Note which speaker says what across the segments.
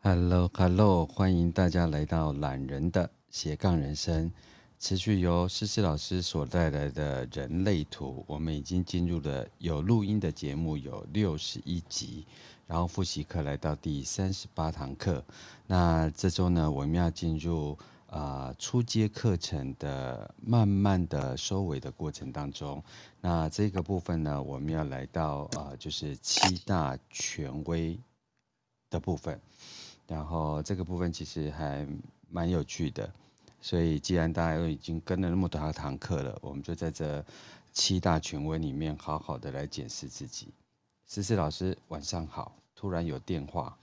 Speaker 1: h e l l o h e l l o 欢迎大家来到懒人的斜杠人生，持续由诗诗老师所带来的人类图，我们已经进入了有录音的节目有六十一集，然后复习课来到第三十八堂课，那这周呢，我们要进入啊初阶课程的慢慢的收尾的过程当中，那这个部分呢，我们要来到啊、呃就是七大权威的部分。然后这个部分其实还蛮有趣的，所以既然大家都已经跟了那么多堂课了，我们就在这七大权威里面好好的来检视自己。思思老师，晚上好，突然有电话。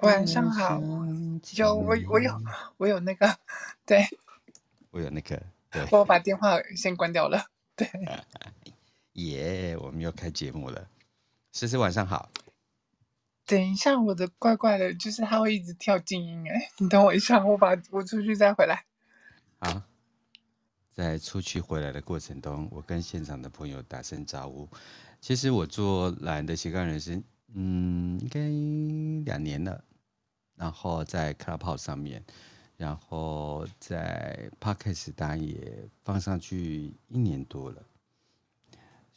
Speaker 2: 晚上好
Speaker 1: 想起
Speaker 2: 有我我有
Speaker 1: 你
Speaker 2: 我有那个，对
Speaker 1: 我有那个对
Speaker 2: 我把电话先关掉了。对，
Speaker 1: 耶我们又开节目了。思思晚上好，
Speaker 2: 等一下我的怪怪的，就是它会一直跳静音哎，你等我一下，我把我出去再回来。
Speaker 1: 好，在出去回来的过程中，我跟现场的朋友打声招呼。其实我做懒的斜杠人生，嗯，应该两年了。然后在 Clubhouse 上面，然后在 Podcast 当然也放上去一年多了，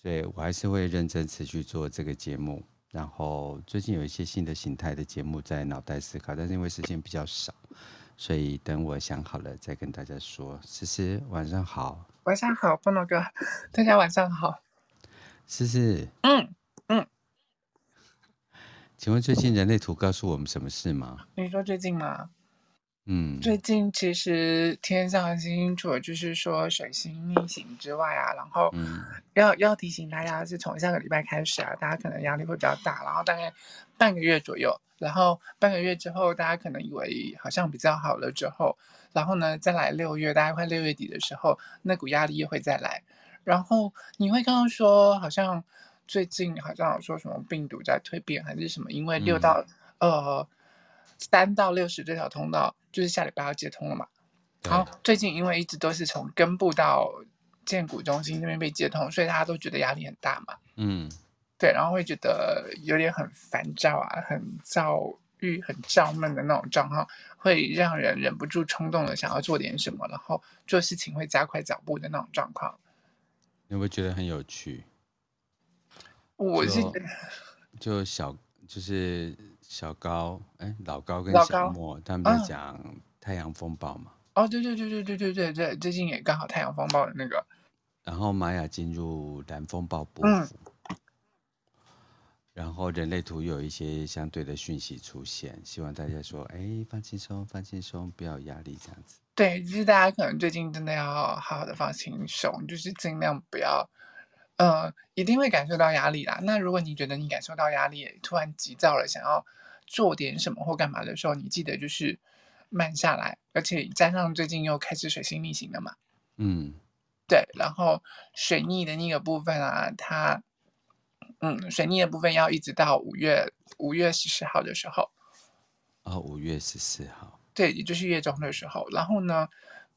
Speaker 1: 所以我还是会认真持续做这个节目。然后最近有一些新的形态的节目在脑袋思考，但是因为时间比较少，所以等我想好了再跟大家说。思思，晚上好。
Speaker 2: 晚上好，菠萝哥，大家晚上好。
Speaker 1: 思思，
Speaker 2: 嗯，
Speaker 1: 请问最近人类图告诉我们什么事吗？
Speaker 2: 你说最近吗？
Speaker 1: 嗯，
Speaker 2: 最近其实天上的星星除了就是说水星逆行之外啊，然后
Speaker 1: 嗯
Speaker 2: 要要提醒大家是从下个礼拜开始啊，大家可能压力会比较大，然后大概半个月左右，然后半个月之后大家可能以为好像比较好了之后，然后呢再来六月，大概快六月底的时候，那股压力又会再来，然后你会看到说好像最近好像有说什么病毒在蜕变还是什么，因为六
Speaker 1: 嗯
Speaker 2: 到、呃三到六十这条通道就是下礼拜要接通了嘛。然后
Speaker 1: 对
Speaker 2: 最近因为一直都是从根部到建谷中心那边被接通，所以大家都觉得压力很大嘛，
Speaker 1: 嗯
Speaker 2: 对，然后会觉得有点很烦躁啊，很躁郁、很躁闷的那种状况，会让人忍不住冲动的想要做点什么，然后做事情会加快脚步的那种状况。
Speaker 1: 你有没有觉得很有趣？
Speaker 2: 我是
Speaker 1: 就
Speaker 2: 觉得
Speaker 1: 就小就是小高，哎、老高跟
Speaker 2: 老
Speaker 1: 小
Speaker 2: 高
Speaker 1: 莫他们在
Speaker 2: 嗯
Speaker 1: 讲太阳风暴嘛。
Speaker 2: 哦，对对对对对对对对，最近也刚好太阳风暴的那个，
Speaker 1: 然后玛雅进入蓝风暴波
Speaker 2: 嗯
Speaker 1: 幅，然后人类图有一些相对的讯息出现，希望大家说，哎，放轻松，放轻松，不要有压力这样子。
Speaker 2: 对，就是大家可能最近真的要好好的放轻松，就是尽量不要，呃，一定会感受到压力啦。那如果你觉得你感受到压力，突然急躁了，想要做点什么或干嘛的时候，你记得就是慢下来，而且加上最近又开始水星逆行了嘛，
Speaker 1: 嗯
Speaker 2: 对，然后水逆的那个部分啊，它，嗯，水逆的部分要一直到五月五月十四号的时候，
Speaker 1: 哦，五月十四号，
Speaker 2: 对，也就是月中的时候。然后呢，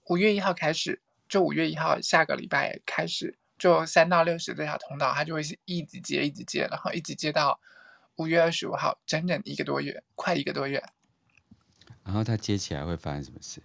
Speaker 2: 五月一号开始，就五月一号下个礼拜开始，就三到六十这条通道，它就会是一直接，一直接，然后一直接到五月二十五号，整整一个多月，快一个多月。
Speaker 1: 然后它接起来会发生什么事？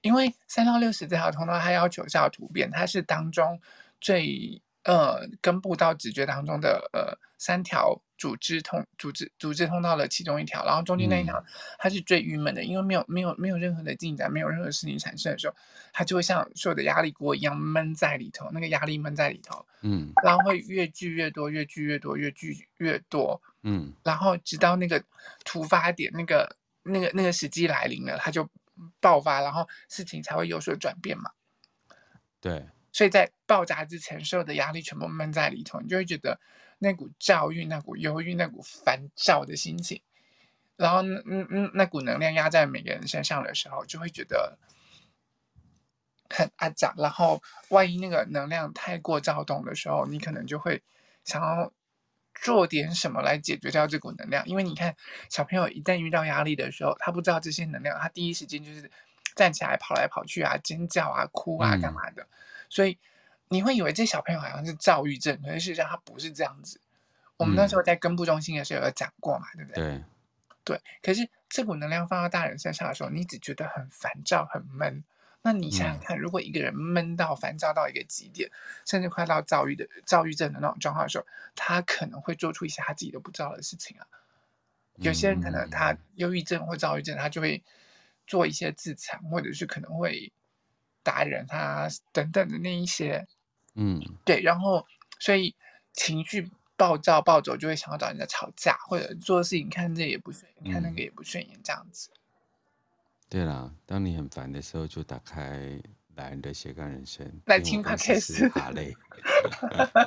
Speaker 2: 因为三到六十这条通道，它要求是要突变，它是当中最呃根部到直觉当中的呃三条组织通组织组织通道的其中一条，然后中间那一条它是最郁闷的，因为没有没有没有任何的进展，没有任何事情产生的时候，它就会像所有的压力锅一样闷在里头，那个压力闷在里头，
Speaker 1: 嗯
Speaker 2: 然后会越聚越多，越聚越多，越聚越多，
Speaker 1: 嗯
Speaker 2: 然后直到那个突发点，那个那个那个时机来临了，它就爆发，然后事情才会有所转变嘛。
Speaker 1: 对，
Speaker 2: 所以在爆炸之前，所有的压力全部闷在里头，你就会觉得那股躁郁、那股忧郁、那股烦躁的心情，然后那嗯嗯那股能量压在每个人身上的时候，就会觉得很阿杂。然后万一那个能量太过躁动的时候，你可能就会想要做点什么来解决掉这股能量，因为你看小朋友一旦遇到压力的时候，他不知道这些能量，他第一时间就是站起来跑来跑去啊、尖叫啊、哭啊、
Speaker 1: 嗯
Speaker 2: 干嘛的。所以你会以为这小朋友好像是躁郁症，可是事实上他不是这样子。我们那时候在根部中心的时候有讲过嘛，对不对？
Speaker 1: 对，
Speaker 2: 对，可是这股能量放到大人身上的时候，你只觉得很烦躁、很闷。那你想想看，如果一个人闷到烦躁到一个极点，甚至快到躁郁的躁郁症的那种状况的时候，他可能会做出一些他自己都不知道的事情啊。有些人可能他忧郁症或躁郁症，他就会做一些自残，或者是可能会打人啊等等的那一些。
Speaker 1: 嗯
Speaker 2: 对，然后所以情绪暴躁暴走，就会想要找人家吵架，或者做事情看这也不顺眼，看那
Speaker 1: 嗯
Speaker 2: 个也不顺眼，这样子。
Speaker 1: 对啦，当你很烦的时候，就打开懒人的斜杠人生，
Speaker 2: 来
Speaker 1: 听
Speaker 2: 听
Speaker 1: 我公司是
Speaker 2: podcast
Speaker 1: 哈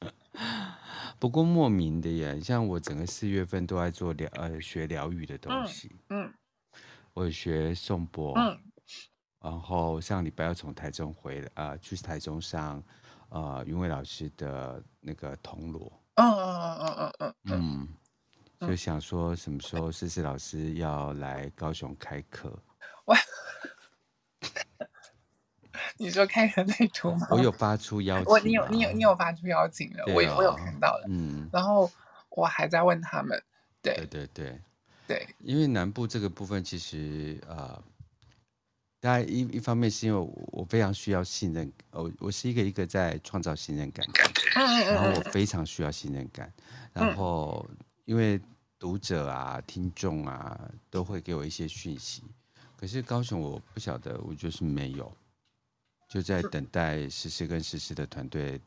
Speaker 1: 雷。不过莫名的耶，像我整个四月份都在做疗呃学疗愈的东
Speaker 2: 嗯
Speaker 1: 西，
Speaker 2: 嗯
Speaker 1: 我学颂钵，
Speaker 2: 嗯
Speaker 1: 然后上礼拜要从台中回来，呃，去台中上呃云伟老师的那个铜锣，
Speaker 2: 嗯嗯嗯嗯嗯嗯，
Speaker 1: 嗯，
Speaker 2: 嗯
Speaker 1: 就想说什么时候思思老师要来高雄开 课，
Speaker 2: 你说开人类图吗？
Speaker 1: 我有发出邀请、啊，
Speaker 2: 我你有你有你有发出邀请了，我
Speaker 1: 对
Speaker 2: 有我有
Speaker 1: 啊
Speaker 2: 看到了，
Speaker 1: 嗯，
Speaker 2: 然后我还在问他们，
Speaker 1: 对
Speaker 2: 对
Speaker 1: 对对，
Speaker 2: 对，
Speaker 1: 因为南部这个部分其实呃，当然一一方面是因为我我非常需要信任，我我是一个一个在创造信任感的人，
Speaker 2: 嗯
Speaker 1: 然后
Speaker 2: 嗯
Speaker 1: 我
Speaker 2: 嗯
Speaker 1: 非常需要信任感，然
Speaker 2: 嗯
Speaker 1: 后因为读者啊、听众啊都会给我一些讯息，可是高雄我不晓得，我就是没有，就在等待诗诗跟诗诗的团队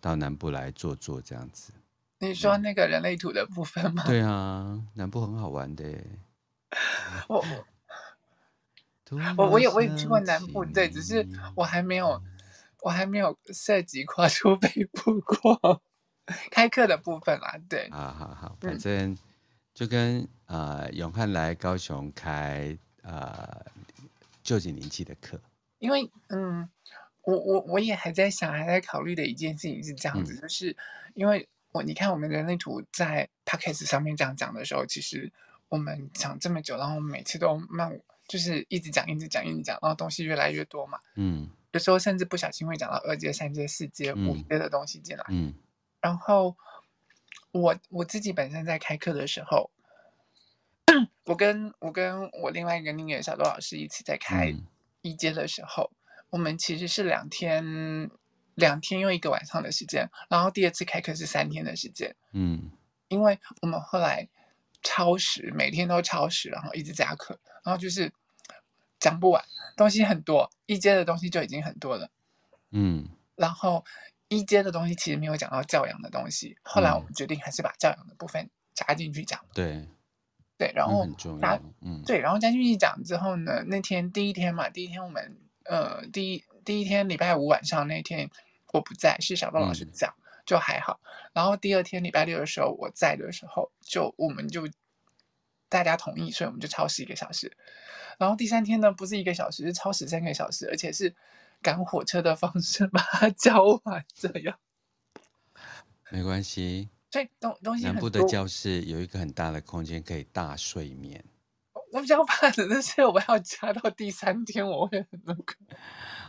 Speaker 1: 到南部来做做这样子。
Speaker 2: 嗯，你说那个人类图的部分吗？
Speaker 1: 对啊，南部很好玩的耶。
Speaker 2: 我我
Speaker 1: 嗯突
Speaker 2: 我我
Speaker 1: 然
Speaker 2: 有我有去过
Speaker 1: 想
Speaker 2: 南
Speaker 1: 起
Speaker 2: 部，对，只是
Speaker 1: 你
Speaker 2: 我还没有我还没有涉及跨出 北部过 开课的部分啦，对，
Speaker 1: 好好好，
Speaker 2: 嗯
Speaker 1: 反正就跟呃永汉来高雄开呃旧景灵气的课，
Speaker 2: 因为嗯，我我我也还在想，还在考虑的一件事情是这样子，就是因为我你看我们人类图在 podcast 上面这样讲的时候，其实我们讲这么久，然后我们每次都慢，就是一直讲一直讲一直讲，然后东西越来越多嘛，
Speaker 1: 嗯
Speaker 2: 有时候甚至不小心会讲到二阶、三阶、四阶、五
Speaker 1: 嗯
Speaker 2: 阶的东西进来。
Speaker 1: 嗯
Speaker 2: 然后我我自己本身在开课的时候，我跟我跟我另外一个那个小豆老师一起在开
Speaker 1: 嗯
Speaker 2: 一阶的时候，我们其实是两天两天用一个晚上的时间，然后第二次开课是三天的时间，
Speaker 1: 嗯
Speaker 2: 因为我们后来超时，每天都超时，然后一直加课，然后就是讲不完，东西很多，一阶的东西就已经很多了。
Speaker 1: 嗯
Speaker 2: 然后一阶的东西其实没有讲到教养的东西，后来我
Speaker 1: 嗯
Speaker 2: 们决定还是把教养的部分加进去讲，
Speaker 1: 对，
Speaker 2: 对，然
Speaker 1: 那
Speaker 2: 后
Speaker 1: 很重
Speaker 2: 加
Speaker 1: 要，嗯
Speaker 2: 对，然后加进去讲之后呢，那天第一天嘛，第一天我们呃第一第一天礼拜五晚上那天我不在，是小豆老师
Speaker 1: 嗯
Speaker 2: 讲，就还好。然后第二天礼拜六的时候我在的时候，就我们就大家同意，所以我们就超时一个小时。然后第三天呢，不是一个小时，是超时三个小时，而且是赶火车的方式 把它教完，这样。
Speaker 1: 没关系。
Speaker 2: 所以东东西
Speaker 1: 南
Speaker 2: 很
Speaker 1: 部的
Speaker 2: 多。
Speaker 1: 教室有一个很大的空间可以大睡眠，
Speaker 2: 我比较怕的就是我要加到第三天，我会很那个。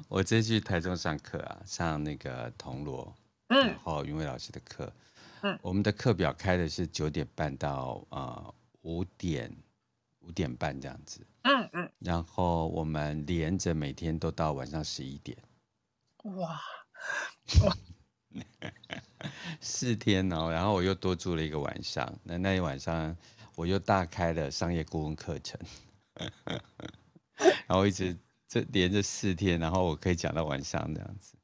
Speaker 1: 我这次去台中上课啊，上那个铜锣，然
Speaker 2: 嗯
Speaker 1: 后云伟老师的课，
Speaker 2: 嗯
Speaker 1: 我们的课表开的是九点半到呃五点五点半这样子，
Speaker 2: 嗯嗯，
Speaker 1: 然后我们连着每天都到晚上十一点，
Speaker 2: 嗯哇，
Speaker 1: 四天哦，然后我又多住了一个晚上，那那一晚上我又大开了商业顾问课程， 然后一直这连着四天，然后我可以讲到晚上这样子，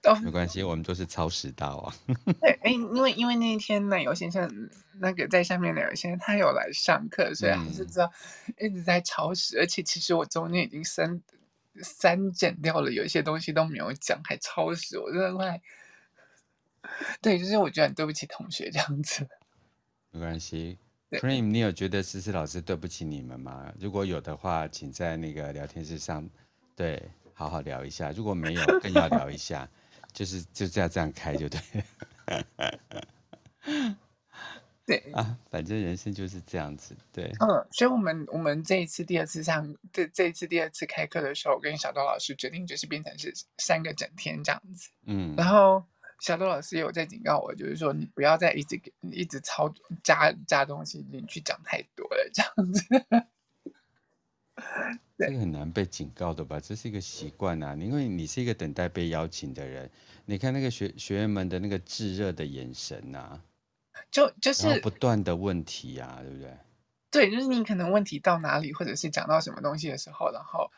Speaker 2: 都
Speaker 1: 没关系，我们都是超时啊大王。
Speaker 2: 哦对，哎，因为因为那一天奶油先生那个在上面奶油先生他有来上课，所以他是
Speaker 1: 嗯
Speaker 2: 知道一直在超时，而且其实我中间已经删删减掉了，有一些东西都没有讲，还超时，我真的快。 对，就是我觉得很对不起同学这样子。
Speaker 1: 没关系。
Speaker 2: 对
Speaker 1: Cream，你有觉得思思老师对不起你们吗？如果有的话，请在那个聊天室上，对，好好聊一下。如果没有，更要聊一下，就是就这样这样开就对了
Speaker 2: 对，
Speaker 1: 啊。反正人生就是这样子， 对，
Speaker 2: 嗯，所以我们我们这一次第二次上这这一次第二次开课的时候，我跟小豆老师决定就是变成是三个整天这样子。
Speaker 1: 嗯
Speaker 2: 然后小豆老师有在警告我，就是说你不要再一直给一直操作加加东西进去，讲太多了这样子。
Speaker 1: 这个很难被警告的吧？这是一个习惯啊，因为你是一个等待被邀请的人。你看那个学学员们的那个炙热的眼神呐、啊，
Speaker 2: 就就
Speaker 1: 然后
Speaker 2: 是
Speaker 1: 不断的问题啊，对不对？
Speaker 2: 对，就是你可能问题到哪里，或者是讲到什么东西的时候，然后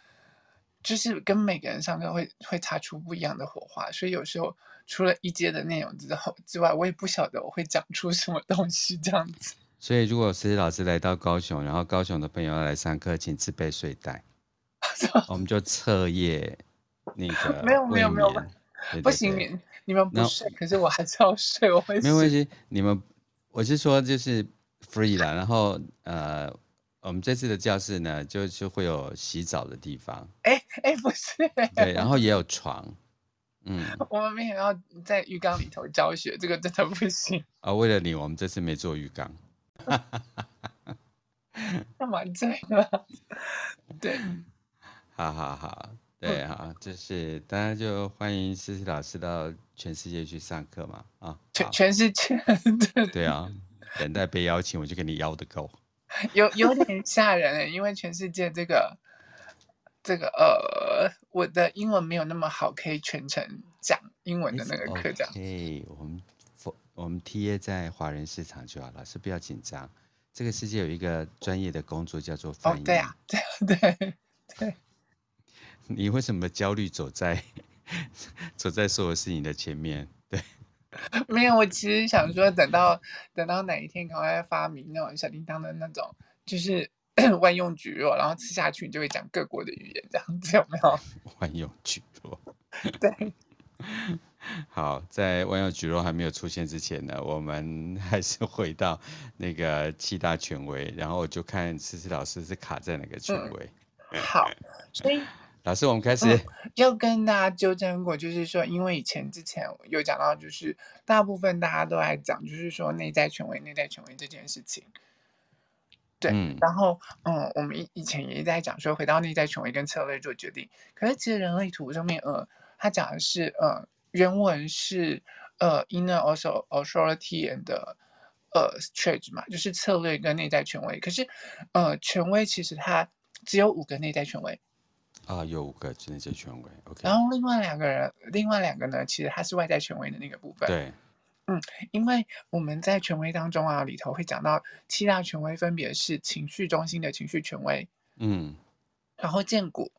Speaker 2: 就是跟每个人上课会会擦出不一样的火花，所以有时候除了一阶的内容之后之外，我也不晓得我会讲出什么东西这样子。
Speaker 1: 所以如果思思老师来到高雄，然后高雄的朋友要来上课，请自备睡 袋，我们就彻夜那个
Speaker 2: 没有没有
Speaker 1: 未
Speaker 2: 没有
Speaker 1: 眠对
Speaker 2: 不
Speaker 1: 对
Speaker 2: 行，
Speaker 1: 对
Speaker 2: 你你们不
Speaker 1: 那
Speaker 2: 睡，可是我还是要睡，我会
Speaker 1: 没有关
Speaker 2: 睡。
Speaker 1: 系，你们我是说就是 free 啦，然后呃，我们这次的教室呢，就是会有洗澡的地方，
Speaker 2: 哎哎，不是，
Speaker 1: 对，然后也有床，嗯，
Speaker 2: 我们没有要在浴缸里头教学，这个真的不行。
Speaker 1: 啊，为了你，我们这次没做浴缸，
Speaker 2: 干嘛这样？对，
Speaker 1: 哈哈哈。
Speaker 2: 嗯
Speaker 1: 对哈，就是大家就欢迎思思老师到全世界去上课嘛啊，
Speaker 2: 全
Speaker 1: 好
Speaker 2: 全世界 对
Speaker 1: 对啊，等待被邀请，我就给你邀的 够。
Speaker 2: 有有点吓人、欸，因为全世界这个这个呃，我的英文没有那么好，可以全程讲英文的那
Speaker 1: 哦
Speaker 2: 个课讲。
Speaker 1: 对，我们 for- 我们 T A 在华人市场就好，老师不要紧张。这个世界有一个专业的工作叫做
Speaker 2: 哦
Speaker 1: 翻译。，
Speaker 2: 对啊， 对啊对，
Speaker 1: 你为什么焦虑走在走在所有事情的前面？对，
Speaker 2: 没有，我其实想说，等到等到哪一天，赶快发明那种小叮当的那种，就是 万用橘肉，然后吃下去，你就会讲各国的语言，这样子有没有？
Speaker 1: 万用菊若。
Speaker 2: 对，
Speaker 1: 好，在万用菊若还没有出现之前呢，我们 还是回到那个七大权威，然后我就看思思老师是卡在哪个权
Speaker 2: 嗯
Speaker 1: 威。
Speaker 2: 好，所以
Speaker 1: 老师，我们开始。
Speaker 2: 嗯要跟大家纠正过，就是说，因为以前之前有讲到，就是大部分大家都在讲，就是说内在权威、内在权威这件事情。对
Speaker 1: 嗯
Speaker 2: 然后，嗯，我们以以前也一直在讲说，回到内在权威跟策略做决定。可是其实人类图上面，呃，它讲的是，呃，原文是，呃，inner also authority and 呃 stretch 嘛，就是策略跟内在权威。可是，呃，权威其实它只有五个内在权威，
Speaker 1: 啊，有五个内在权威，OK。
Speaker 2: 然后另外两个人，另外两个呢，其实它是外在权威的那个部分。，
Speaker 1: 对，
Speaker 2: 因为我们在权威当中啊，里头会讲到七大权威，分别是情绪中心的情绪权威，
Speaker 1: 嗯
Speaker 2: 然后荐骨，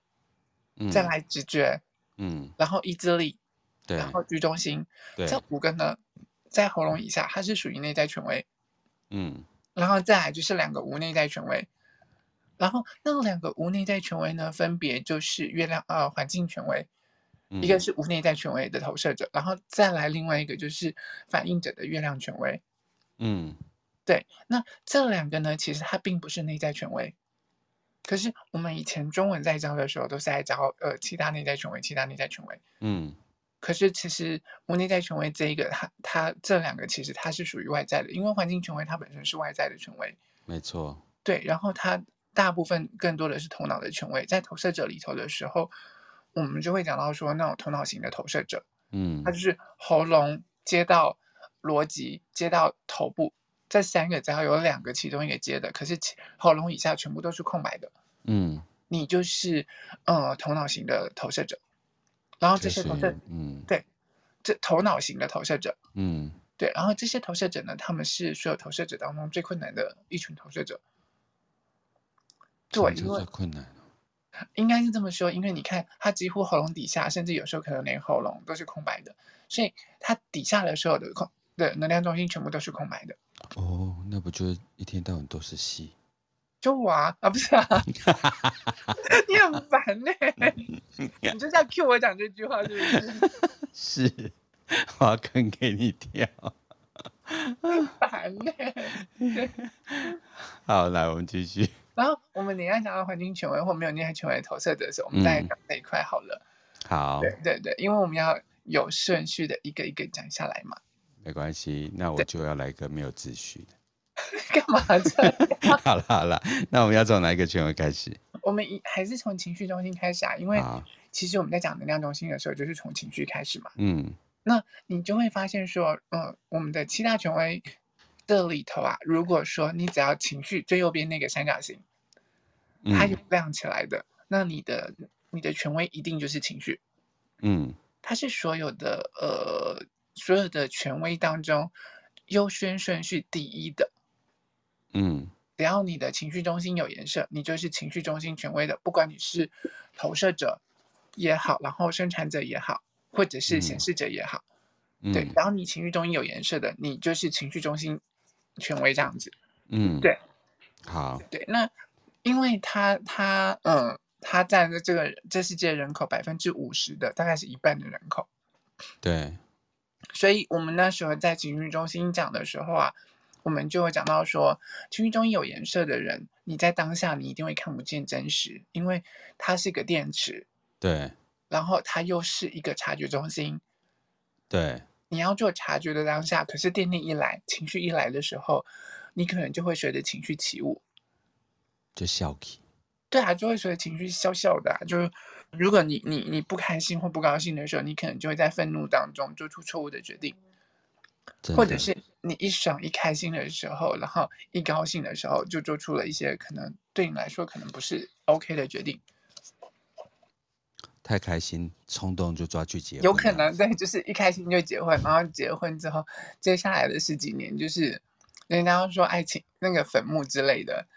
Speaker 1: 嗯，
Speaker 2: 再，来直觉，
Speaker 1: 嗯，
Speaker 2: 然后意志力，
Speaker 1: 对
Speaker 2: 然后居中心，
Speaker 1: 对，
Speaker 2: 这五个呢，在喉咙以下，它是属于内在权威，
Speaker 1: 嗯
Speaker 2: 然后再来就是两个无内在权威。然后那两个无内在权威呢，分别就是月亮呃环境权威，
Speaker 1: 嗯，
Speaker 2: 一个是无内在权威的投射者，然后再来另外一个就是反应者的月亮权威。
Speaker 1: 嗯
Speaker 2: 对，那这两个呢，其实它并不是内在权威，可是我们以前中文在教的时候，都是在教呃七大内在权威、七大内在权威。
Speaker 1: 嗯
Speaker 2: 可是其实无内在权威这一个，它它这两个其实它是属于外在的，因为环境权威它本身是外在的权威，
Speaker 1: 没错，
Speaker 2: 对，然后它大部分更多的是头脑的权威，在投射者里头的时候，我们就会讲到说那种头脑型的投射者，
Speaker 1: 嗯
Speaker 2: 它就是喉咙接到逻辑，接到头部这三个，只要有两个其中一个接的，可是其喉咙以下全部都是空白的，
Speaker 1: 嗯，
Speaker 2: 你就是呃头脑型的投射者。然后这
Speaker 1: 就
Speaker 2: 些
Speaker 1: 是
Speaker 2: 投射，
Speaker 1: 嗯
Speaker 2: 这头脑型的投射者，
Speaker 1: 嗯
Speaker 2: 对，然后这些投射者呢，他们是所有投射者当中最困难的一群投射者。
Speaker 1: 什么
Speaker 2: 对，
Speaker 1: 叫
Speaker 2: 因为
Speaker 1: 做困难，
Speaker 2: 应该是这么说，因为你看，它几乎喉咙底下，甚至有时候可能连喉咙都是空白的，所以它底下的所有的空的能量中心全部都是空白的。
Speaker 1: 哦，那不就是一天到晚都是戏？
Speaker 2: 就我啊，啊不是啊，你很烦呢、你就这样 Q 我讲这句话是不是？
Speaker 1: 是，挖坑给你跳。
Speaker 2: 烦呢、
Speaker 1: 好，来，我们继续。
Speaker 2: 然后我们等一下讲到环境权威或没有内在权威的投射者的时候，我们再来
Speaker 1: 嗯
Speaker 2: 讲这一块好了。
Speaker 1: 好，
Speaker 2: 对对对，因为我们要有顺序的一个一个讲下来嘛。
Speaker 1: 没关系，那我就要来一个没有秩序的。
Speaker 2: 干嘛这样？
Speaker 1: 好了好了，那我们要从哪一个权威开始？
Speaker 2: 我们一还是从情绪中心开始啊，因为
Speaker 1: 好，
Speaker 2: 其实我们在讲能量中心的时候，就是从情绪开始嘛。
Speaker 1: 嗯
Speaker 2: 那你就会发现说，嗯，我们的七大权威这里头啊，如果说你只要情绪最右边那个三角形，它有
Speaker 1: 嗯
Speaker 2: 亮起来的，那你的你的权威一定就是情绪，
Speaker 1: 嗯
Speaker 2: 它是所有的呃所有的权威当中优先顺序第一的。
Speaker 1: 嗯
Speaker 2: 只要你的情绪中心有颜色，你就是情绪中心权威的。不管你是投射者也好，然后生产者也好，或者是显
Speaker 1: 嗯
Speaker 2: 示者也好，对，
Speaker 1: 嗯
Speaker 2: 只要你情绪中心有颜色的，你就是情绪中心权威这样子。
Speaker 1: 嗯，
Speaker 2: 对
Speaker 1: 好，
Speaker 2: 对，那因为他他嗯，他占了这个这世界人口百分之五十的，大概是一半的人口，
Speaker 1: 对，
Speaker 2: 所以我们那时候在情绪中心讲的时候啊。我们就会讲到说，情绪中心有颜色的人，你在当下你一定会看不见真实，因为它是一个电池，
Speaker 1: 对，
Speaker 2: 然后它又是一个察觉中心，
Speaker 1: 对，
Speaker 2: 你要做察觉的当下，可是电力一来，情绪一来的时候，你可能就会随着情绪起舞。
Speaker 1: 就笑气，
Speaker 2: 对啊，就会随着情绪笑笑的、啊。就是如果你你你不开心或不高兴的时候，你可能就会在愤怒当中做出错误的决定，或
Speaker 1: 真
Speaker 2: 者
Speaker 1: 的，
Speaker 2: 是你一爽一开心的时候，然后一高兴的时候就做出了一些可能对你来说可能不是 OK 的决定，
Speaker 1: 太开心，冲动就抓去结
Speaker 2: 有
Speaker 1: 婚
Speaker 2: 可
Speaker 1: 这样
Speaker 2: 能
Speaker 1: 子，
Speaker 2: 对，就是一开心就结婚，然后结婚之后，接下来的十几年就是人家说爱情那个坟墓之类的，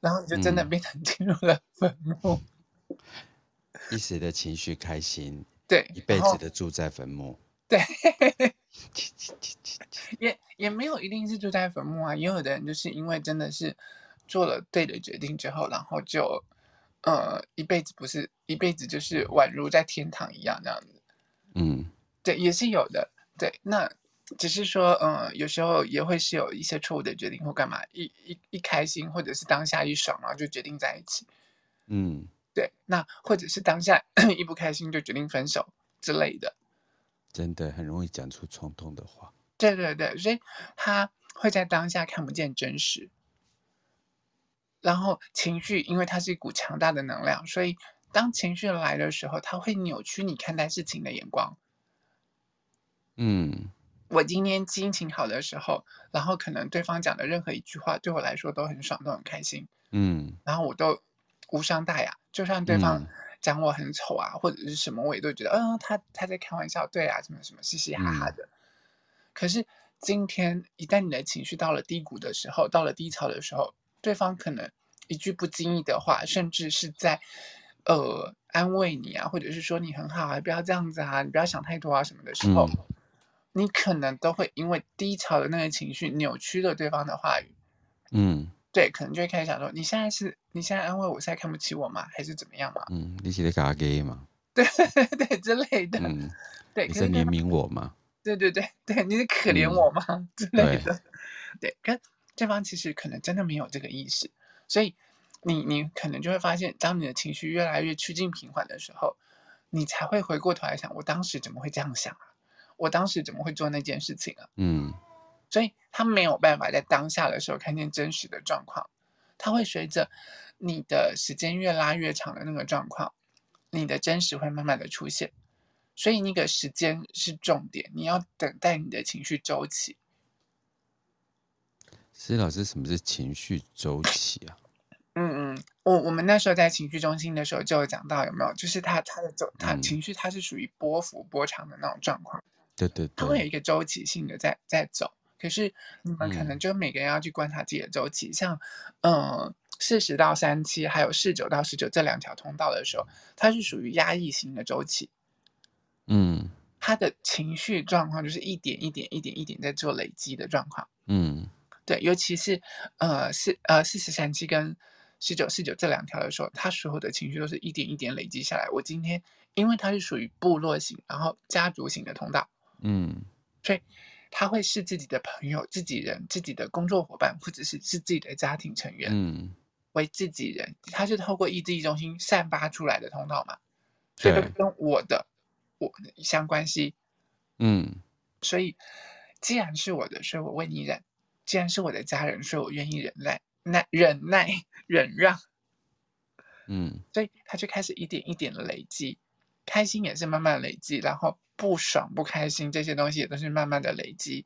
Speaker 2: 然后你就真的
Speaker 1: 嗯，
Speaker 2: 变成进入了坟墓，
Speaker 1: 一时的情绪开心，
Speaker 2: 对，
Speaker 1: 一
Speaker 2: 然
Speaker 1: 辈子
Speaker 2: 后
Speaker 1: 的住在坟墓，
Speaker 2: 对，
Speaker 1: 切切切切切
Speaker 2: 也也没有一定是住在坟墓啊，也有的人就是因为真的是做了对的决定之后，然后就呃一辈子不是一辈子就是宛如在天堂一样那样子，
Speaker 1: 嗯
Speaker 2: 对，也是有的。对，那只是说，嗯，有时候也会是有一些错误的决定或干嘛，一一一开心或者是当下一爽，然后就决定在一起。
Speaker 1: 嗯，
Speaker 2: 对，那或者是当下 一不开心就决定分手之类的。
Speaker 1: 真的很容易讲出冲动的话，
Speaker 2: 对对对，所以他会在当下看不见真实，然后情绪，因为它是一股强大的能量，所以当情绪来的时候，它会扭曲你看待事情的眼光。
Speaker 1: 嗯
Speaker 2: 我今天心情好的时候，然后可能对方讲的任何一句话对我来说都很爽，都很开心，
Speaker 1: 嗯
Speaker 2: 然后我都无伤大雅。就算对方
Speaker 1: 嗯
Speaker 2: 讲我很丑啊，或者是什么，我也都觉得，嗯、他他在开玩笑，对啊，什么什么，嘻嘻哈哈
Speaker 1: 嗯
Speaker 2: 的。可是今天一旦你的情绪到了低谷的时候，到了低潮的时候，对方可能一句不经意的话，甚至是在呃安慰你啊，或者是说你很好啊，不要这样子啊，你不要想太多啊什么的时候，
Speaker 1: 嗯，
Speaker 2: 你可能都会因为低潮的那个情绪扭曲了对方的话语。
Speaker 1: 嗯
Speaker 2: 对，可能就会开始想说，你现在是你现在安慰我是在看不起我吗？还 是怎么样嘛？
Speaker 1: 嗯，你是在搞 gay 嘛？
Speaker 2: 对对之类的，
Speaker 1: 嗯，
Speaker 2: 对，
Speaker 1: 你
Speaker 2: 可
Speaker 1: 在
Speaker 2: 是对
Speaker 1: 怜
Speaker 2: 方
Speaker 1: 悯我嘛？
Speaker 2: 对对对对，你是可怜
Speaker 1: 嗯，
Speaker 2: 我吗 之类
Speaker 1: 对，
Speaker 2: 的？对，跟对方其实可能真的没有这个意识，所以你你可能就会发现，当你的情绪越来越趋近平缓的时候，你才会回过头来想，我当时怎么会这样想啊？我当时怎么会做那件事情啊？
Speaker 1: 嗯
Speaker 2: 所以他没有办法在当下的时候看见真实的状况，他会随着你的时间越拉越长的那个状况，你的真实会慢慢的出现。所以那个时间是重点，你要等待你的情绪周期。
Speaker 1: 施老师，什么是情绪周期啊？
Speaker 2: 嗯嗯，我我们那时候在情绪中心的时候就有讲到，有没有？就是它它的周，它
Speaker 1: 嗯，
Speaker 2: 情绪它是属于波幅波长的那种状况，
Speaker 1: 对对
Speaker 2: 它会有
Speaker 1: 对，
Speaker 2: 一个周期性的在在走。可是你们可能
Speaker 1: 嗯
Speaker 2: 就每个人要去观察自己的周期，像嗯四十到三七，还有四九到十九这两条通道的时候，它是属于压抑型的周期，
Speaker 1: 嗯
Speaker 2: 它的情绪状况就是一点一点一点一点在做累积的状况。
Speaker 1: 嗯
Speaker 2: 对，尤其是呃四呃四十三七跟四九四九这两条的时候，他所有的情绪都是一点一点累积下来。我今天因为它是属于部落型，然后家族型的通道，
Speaker 1: 嗯
Speaker 2: 所以他会是自己的朋友、自己人、自己的工作伙伴，或者是是自己的家庭成员
Speaker 1: 嗯，
Speaker 2: 为自己人，他是透过意志力中心散发出来的通道嘛，所以都
Speaker 1: 对，
Speaker 2: 跟我的我相关系。
Speaker 1: 嗯
Speaker 2: 所以，既然是我的，所以我为你忍；既然是我的家人，所以我愿意忍耐、耐忍耐、忍让。
Speaker 1: 嗯
Speaker 2: 所以他就开始一点一点的累积，开心也是慢慢累积，然后不爽、不开心这些东西也都是慢慢的累积，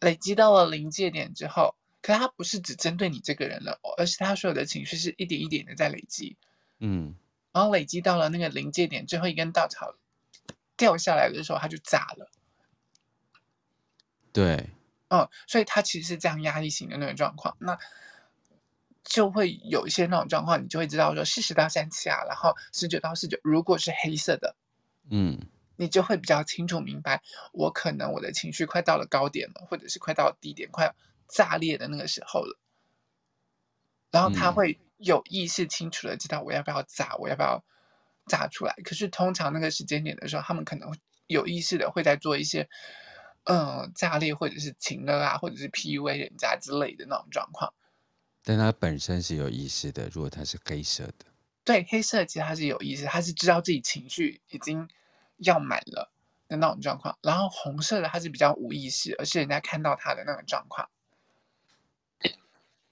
Speaker 2: 累积到了临界点之后，可是它不是只针对你这个人了，而是他所有的情绪是一点一点的在累积，
Speaker 1: 嗯
Speaker 2: 然后累积到了那个临界点，最后一根稻草掉下来的时候，它就炸了。
Speaker 1: 对，
Speaker 2: 嗯，所以他其实是这样压抑型的那种状况，那就会有一些那种状况，你就会知道说四十到三七啊，然后十九到四九，如果是黑色的，
Speaker 1: 嗯
Speaker 2: 你就会比较清楚明白，我可能我的情绪快到了高点了，或者是快到低点，快要炸裂的那个时候了。然后他
Speaker 1: 嗯
Speaker 2: 会有意识清楚的知道我要不要炸，我要不要炸出来。可是通常那个时间点的时候，他们可能会有意识的会在做一些，嗯，炸裂或者是情勒啊，或者是 PUA 人家之类的那种状况。
Speaker 1: 但它本身是有意识的，如果它是黑色的，
Speaker 2: 对，黑色其实他是有意识，他是知道自己情绪已经要满了的那种状况。然后红色的他是比较无意识，而是人家看到他的那种状况。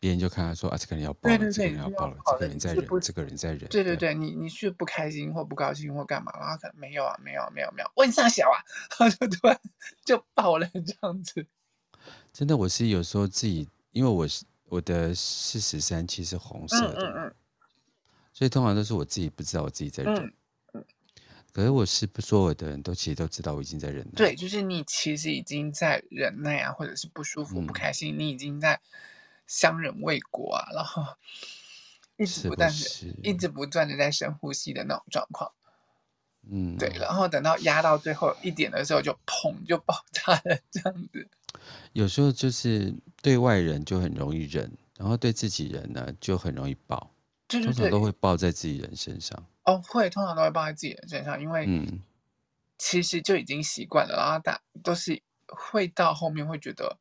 Speaker 1: 别人就看他说啊，这个人要爆了，
Speaker 2: 对对
Speaker 1: 这个
Speaker 2: 对，
Speaker 1: 人要
Speaker 2: 是
Speaker 1: 爆
Speaker 2: 要
Speaker 1: 了，这
Speaker 2: 跑
Speaker 1: 个
Speaker 2: 的，
Speaker 1: 人
Speaker 2: 你
Speaker 1: 在
Speaker 2: 是
Speaker 1: 忍，
Speaker 2: 不
Speaker 1: 这个人在忍，
Speaker 2: 对对
Speaker 1: 这样
Speaker 2: 对，你你是不开心或不高兴或干嘛，然后可能没有啊，没有啊没有没有，问上小啊， 然后就突然就爆了这样子。
Speaker 1: 真的，我是有时候自己，因为我是我的四十三七 是红
Speaker 2: 嗯
Speaker 1: 色的嘛，
Speaker 2: 嗯
Speaker 1: 所以通常都是我自己不知道我自己在
Speaker 2: 嗯
Speaker 1: 忍。
Speaker 2: 嗯，
Speaker 1: 可是我是不所有的人都其实都知道我已经在忍耐
Speaker 2: 对，
Speaker 1: 了，
Speaker 2: 就是你其实已经在忍耐啊，或者是不舒服、
Speaker 1: 嗯，
Speaker 2: 不开心，你已经在相忍未果啊，然后 一直
Speaker 1: 是
Speaker 2: 不
Speaker 1: 不
Speaker 2: 断的、
Speaker 1: 是？
Speaker 2: 一直不断的在深呼吸的那种状况。对，
Speaker 1: 嗯，
Speaker 2: 然后等到压到最后一点的时候，就砰就爆炸了这样子。
Speaker 1: 有时候就是对外人就很容易忍，然后对自己人呢就很容易爆，
Speaker 2: 对对
Speaker 1: 通常
Speaker 2: 嗯对，
Speaker 1: 都会爆在自己人身上。
Speaker 2: 哦，会通常都会报在自己的身上，因为
Speaker 1: 嗯，
Speaker 2: 其实就已经习惯了，然后大都是会到后面会觉得，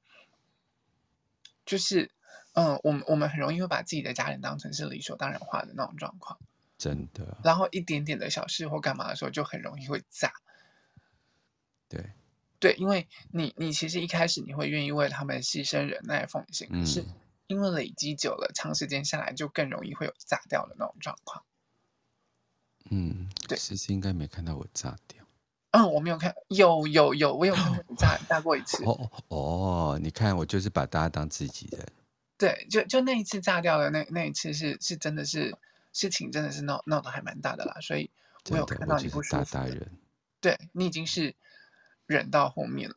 Speaker 2: 就是嗯，我们我们很容易会把自己的家人当成是理所当然化的那种状况，
Speaker 1: 真的，
Speaker 2: 然后一点点的小事或干嘛的时候，就很容易会炸。
Speaker 1: 对，
Speaker 2: 对，因为你你其实一开始你会愿意为他们牺牲、忍耐、奉献，可是
Speaker 1: 嗯，
Speaker 2: 因为累积久了，长时间下来就更容易会有炸掉的那种状况。
Speaker 1: 嗯，
Speaker 2: 对，
Speaker 1: 思思应该没看到我炸掉。
Speaker 2: 嗯，我没有看，有有有，我有看过你炸炸过一次。
Speaker 1: 哦哦，你看我就是把大家当自己人。
Speaker 2: 对，就就那一次炸掉的那那一次是是真的是事情真的是闹闹得还蛮大的啦，所以我
Speaker 1: 真
Speaker 2: 有
Speaker 1: 的，
Speaker 2: 看
Speaker 1: 我
Speaker 2: 到
Speaker 1: 就
Speaker 2: 你
Speaker 1: 是
Speaker 2: 不舒
Speaker 1: 大
Speaker 2: 服
Speaker 1: 大
Speaker 2: 的，
Speaker 1: 人。
Speaker 2: 对你已经是忍到后面了，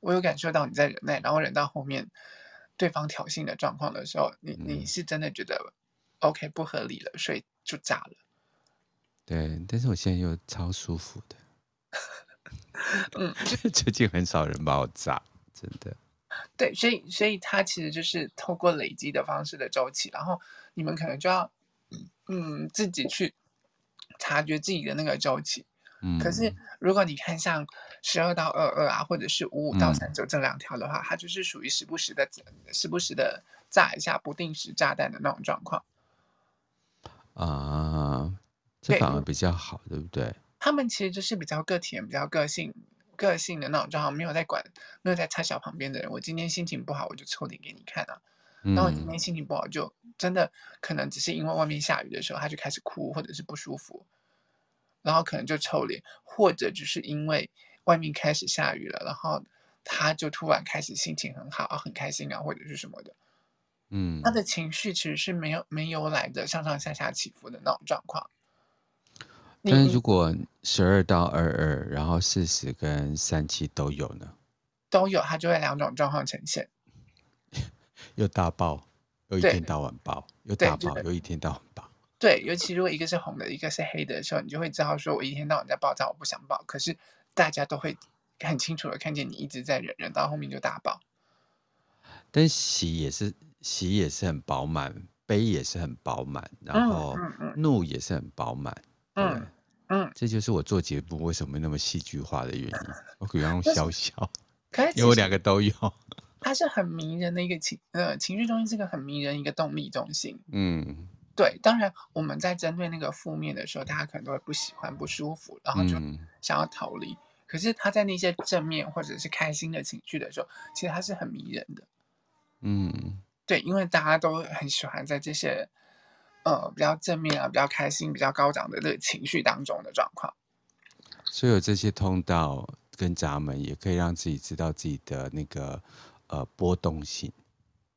Speaker 2: 我有感受到你在忍耐，然后忍到后面对方挑衅的状况的时候，你你
Speaker 1: 嗯，
Speaker 2: 是真的觉得 OK 不合理了，所以就炸了。
Speaker 1: 对，但是我现在又超舒服的，
Speaker 2: 嗯，就
Speaker 1: 最近很少人把我炸，真的。
Speaker 2: 对，所以所以它其实就是透过累积的方式的周期，然后你们可能就要嗯自己去察觉自己的那个周期。可是
Speaker 1: 嗯
Speaker 2: 如果你看像十二到二二啊，或者是五五到
Speaker 1: 嗯，
Speaker 2: 三九这两条的话，它就是属于时不时的、时不时的炸一下不定时炸弹的那种状况。
Speaker 1: 啊，这
Speaker 2: 对，
Speaker 1: 反而
Speaker 2: 因
Speaker 1: 比较好，对不对？
Speaker 2: 他们其实就是比较个体、比较个性、个性的那种状况，没有在管，没有在插小旁边的人。我今天心情不好，我就抽点给你看啊。然后我今
Speaker 1: 嗯，
Speaker 2: 天心情不好，就真的可能只是因为外面下雨的时候，他就开始哭或者是不舒服，然后可能就臭脸，或者只是因为外面开始下雨了，然后他就突然开始心情很好啊，很开心啊，或者是什么的。他
Speaker 1: 嗯，
Speaker 2: 的情绪其实是没有没由来的上上下下起伏的那种状况。你
Speaker 1: 但是
Speaker 2: 你
Speaker 1: 如果十二到二二，然后四十跟三七都有呢，
Speaker 2: 都有，他就会两种状况呈现。
Speaker 1: 又大爆，又一
Speaker 2: 对
Speaker 1: 天到晚爆，又
Speaker 2: 对，
Speaker 1: 大
Speaker 2: 就
Speaker 1: 爆，
Speaker 2: 是
Speaker 1: 又一天到晚爆。
Speaker 2: 对，尤其如果一个是红的，一个是黑的时候，你就会知道说，我一天到晚在爆炸，我不想爆。可是大家都会很清楚的看见你一直在忍，忍到后面就大爆。
Speaker 1: 但喜也是喜也是很饱满，悲也是很饱满，然
Speaker 2: 嗯
Speaker 1: 后
Speaker 2: 嗯嗯
Speaker 1: 怒也是很饱满，对不对？
Speaker 2: 嗯嗯，
Speaker 1: 这就是我做节目为什么那么戏剧化的原 因。我可以用
Speaker 2: 但是
Speaker 1: 笑笑，
Speaker 2: 可
Speaker 1: 因
Speaker 2: 是
Speaker 1: 为
Speaker 2: 其
Speaker 1: 我两
Speaker 2: 实
Speaker 1: 个都有。
Speaker 2: 它是很迷人的一个情呃情绪中心，是个很迷人一个动力中心。
Speaker 1: 嗯
Speaker 2: 对，当然我们在针对那个负面的时候，大家可能都会不喜欢、不舒服，然后就
Speaker 1: 嗯
Speaker 2: 想要逃离。可是他在那些正面或者是开心的情绪的时候，其实他是很迷人的。
Speaker 1: 嗯，
Speaker 2: 对，因为大家都很喜欢在这些呃比较正面啊、比较开心、比较高涨的这个情绪当中的状况。
Speaker 1: 所以有这些通道跟闸门，也可以让自己知道自己的那个呃波动性。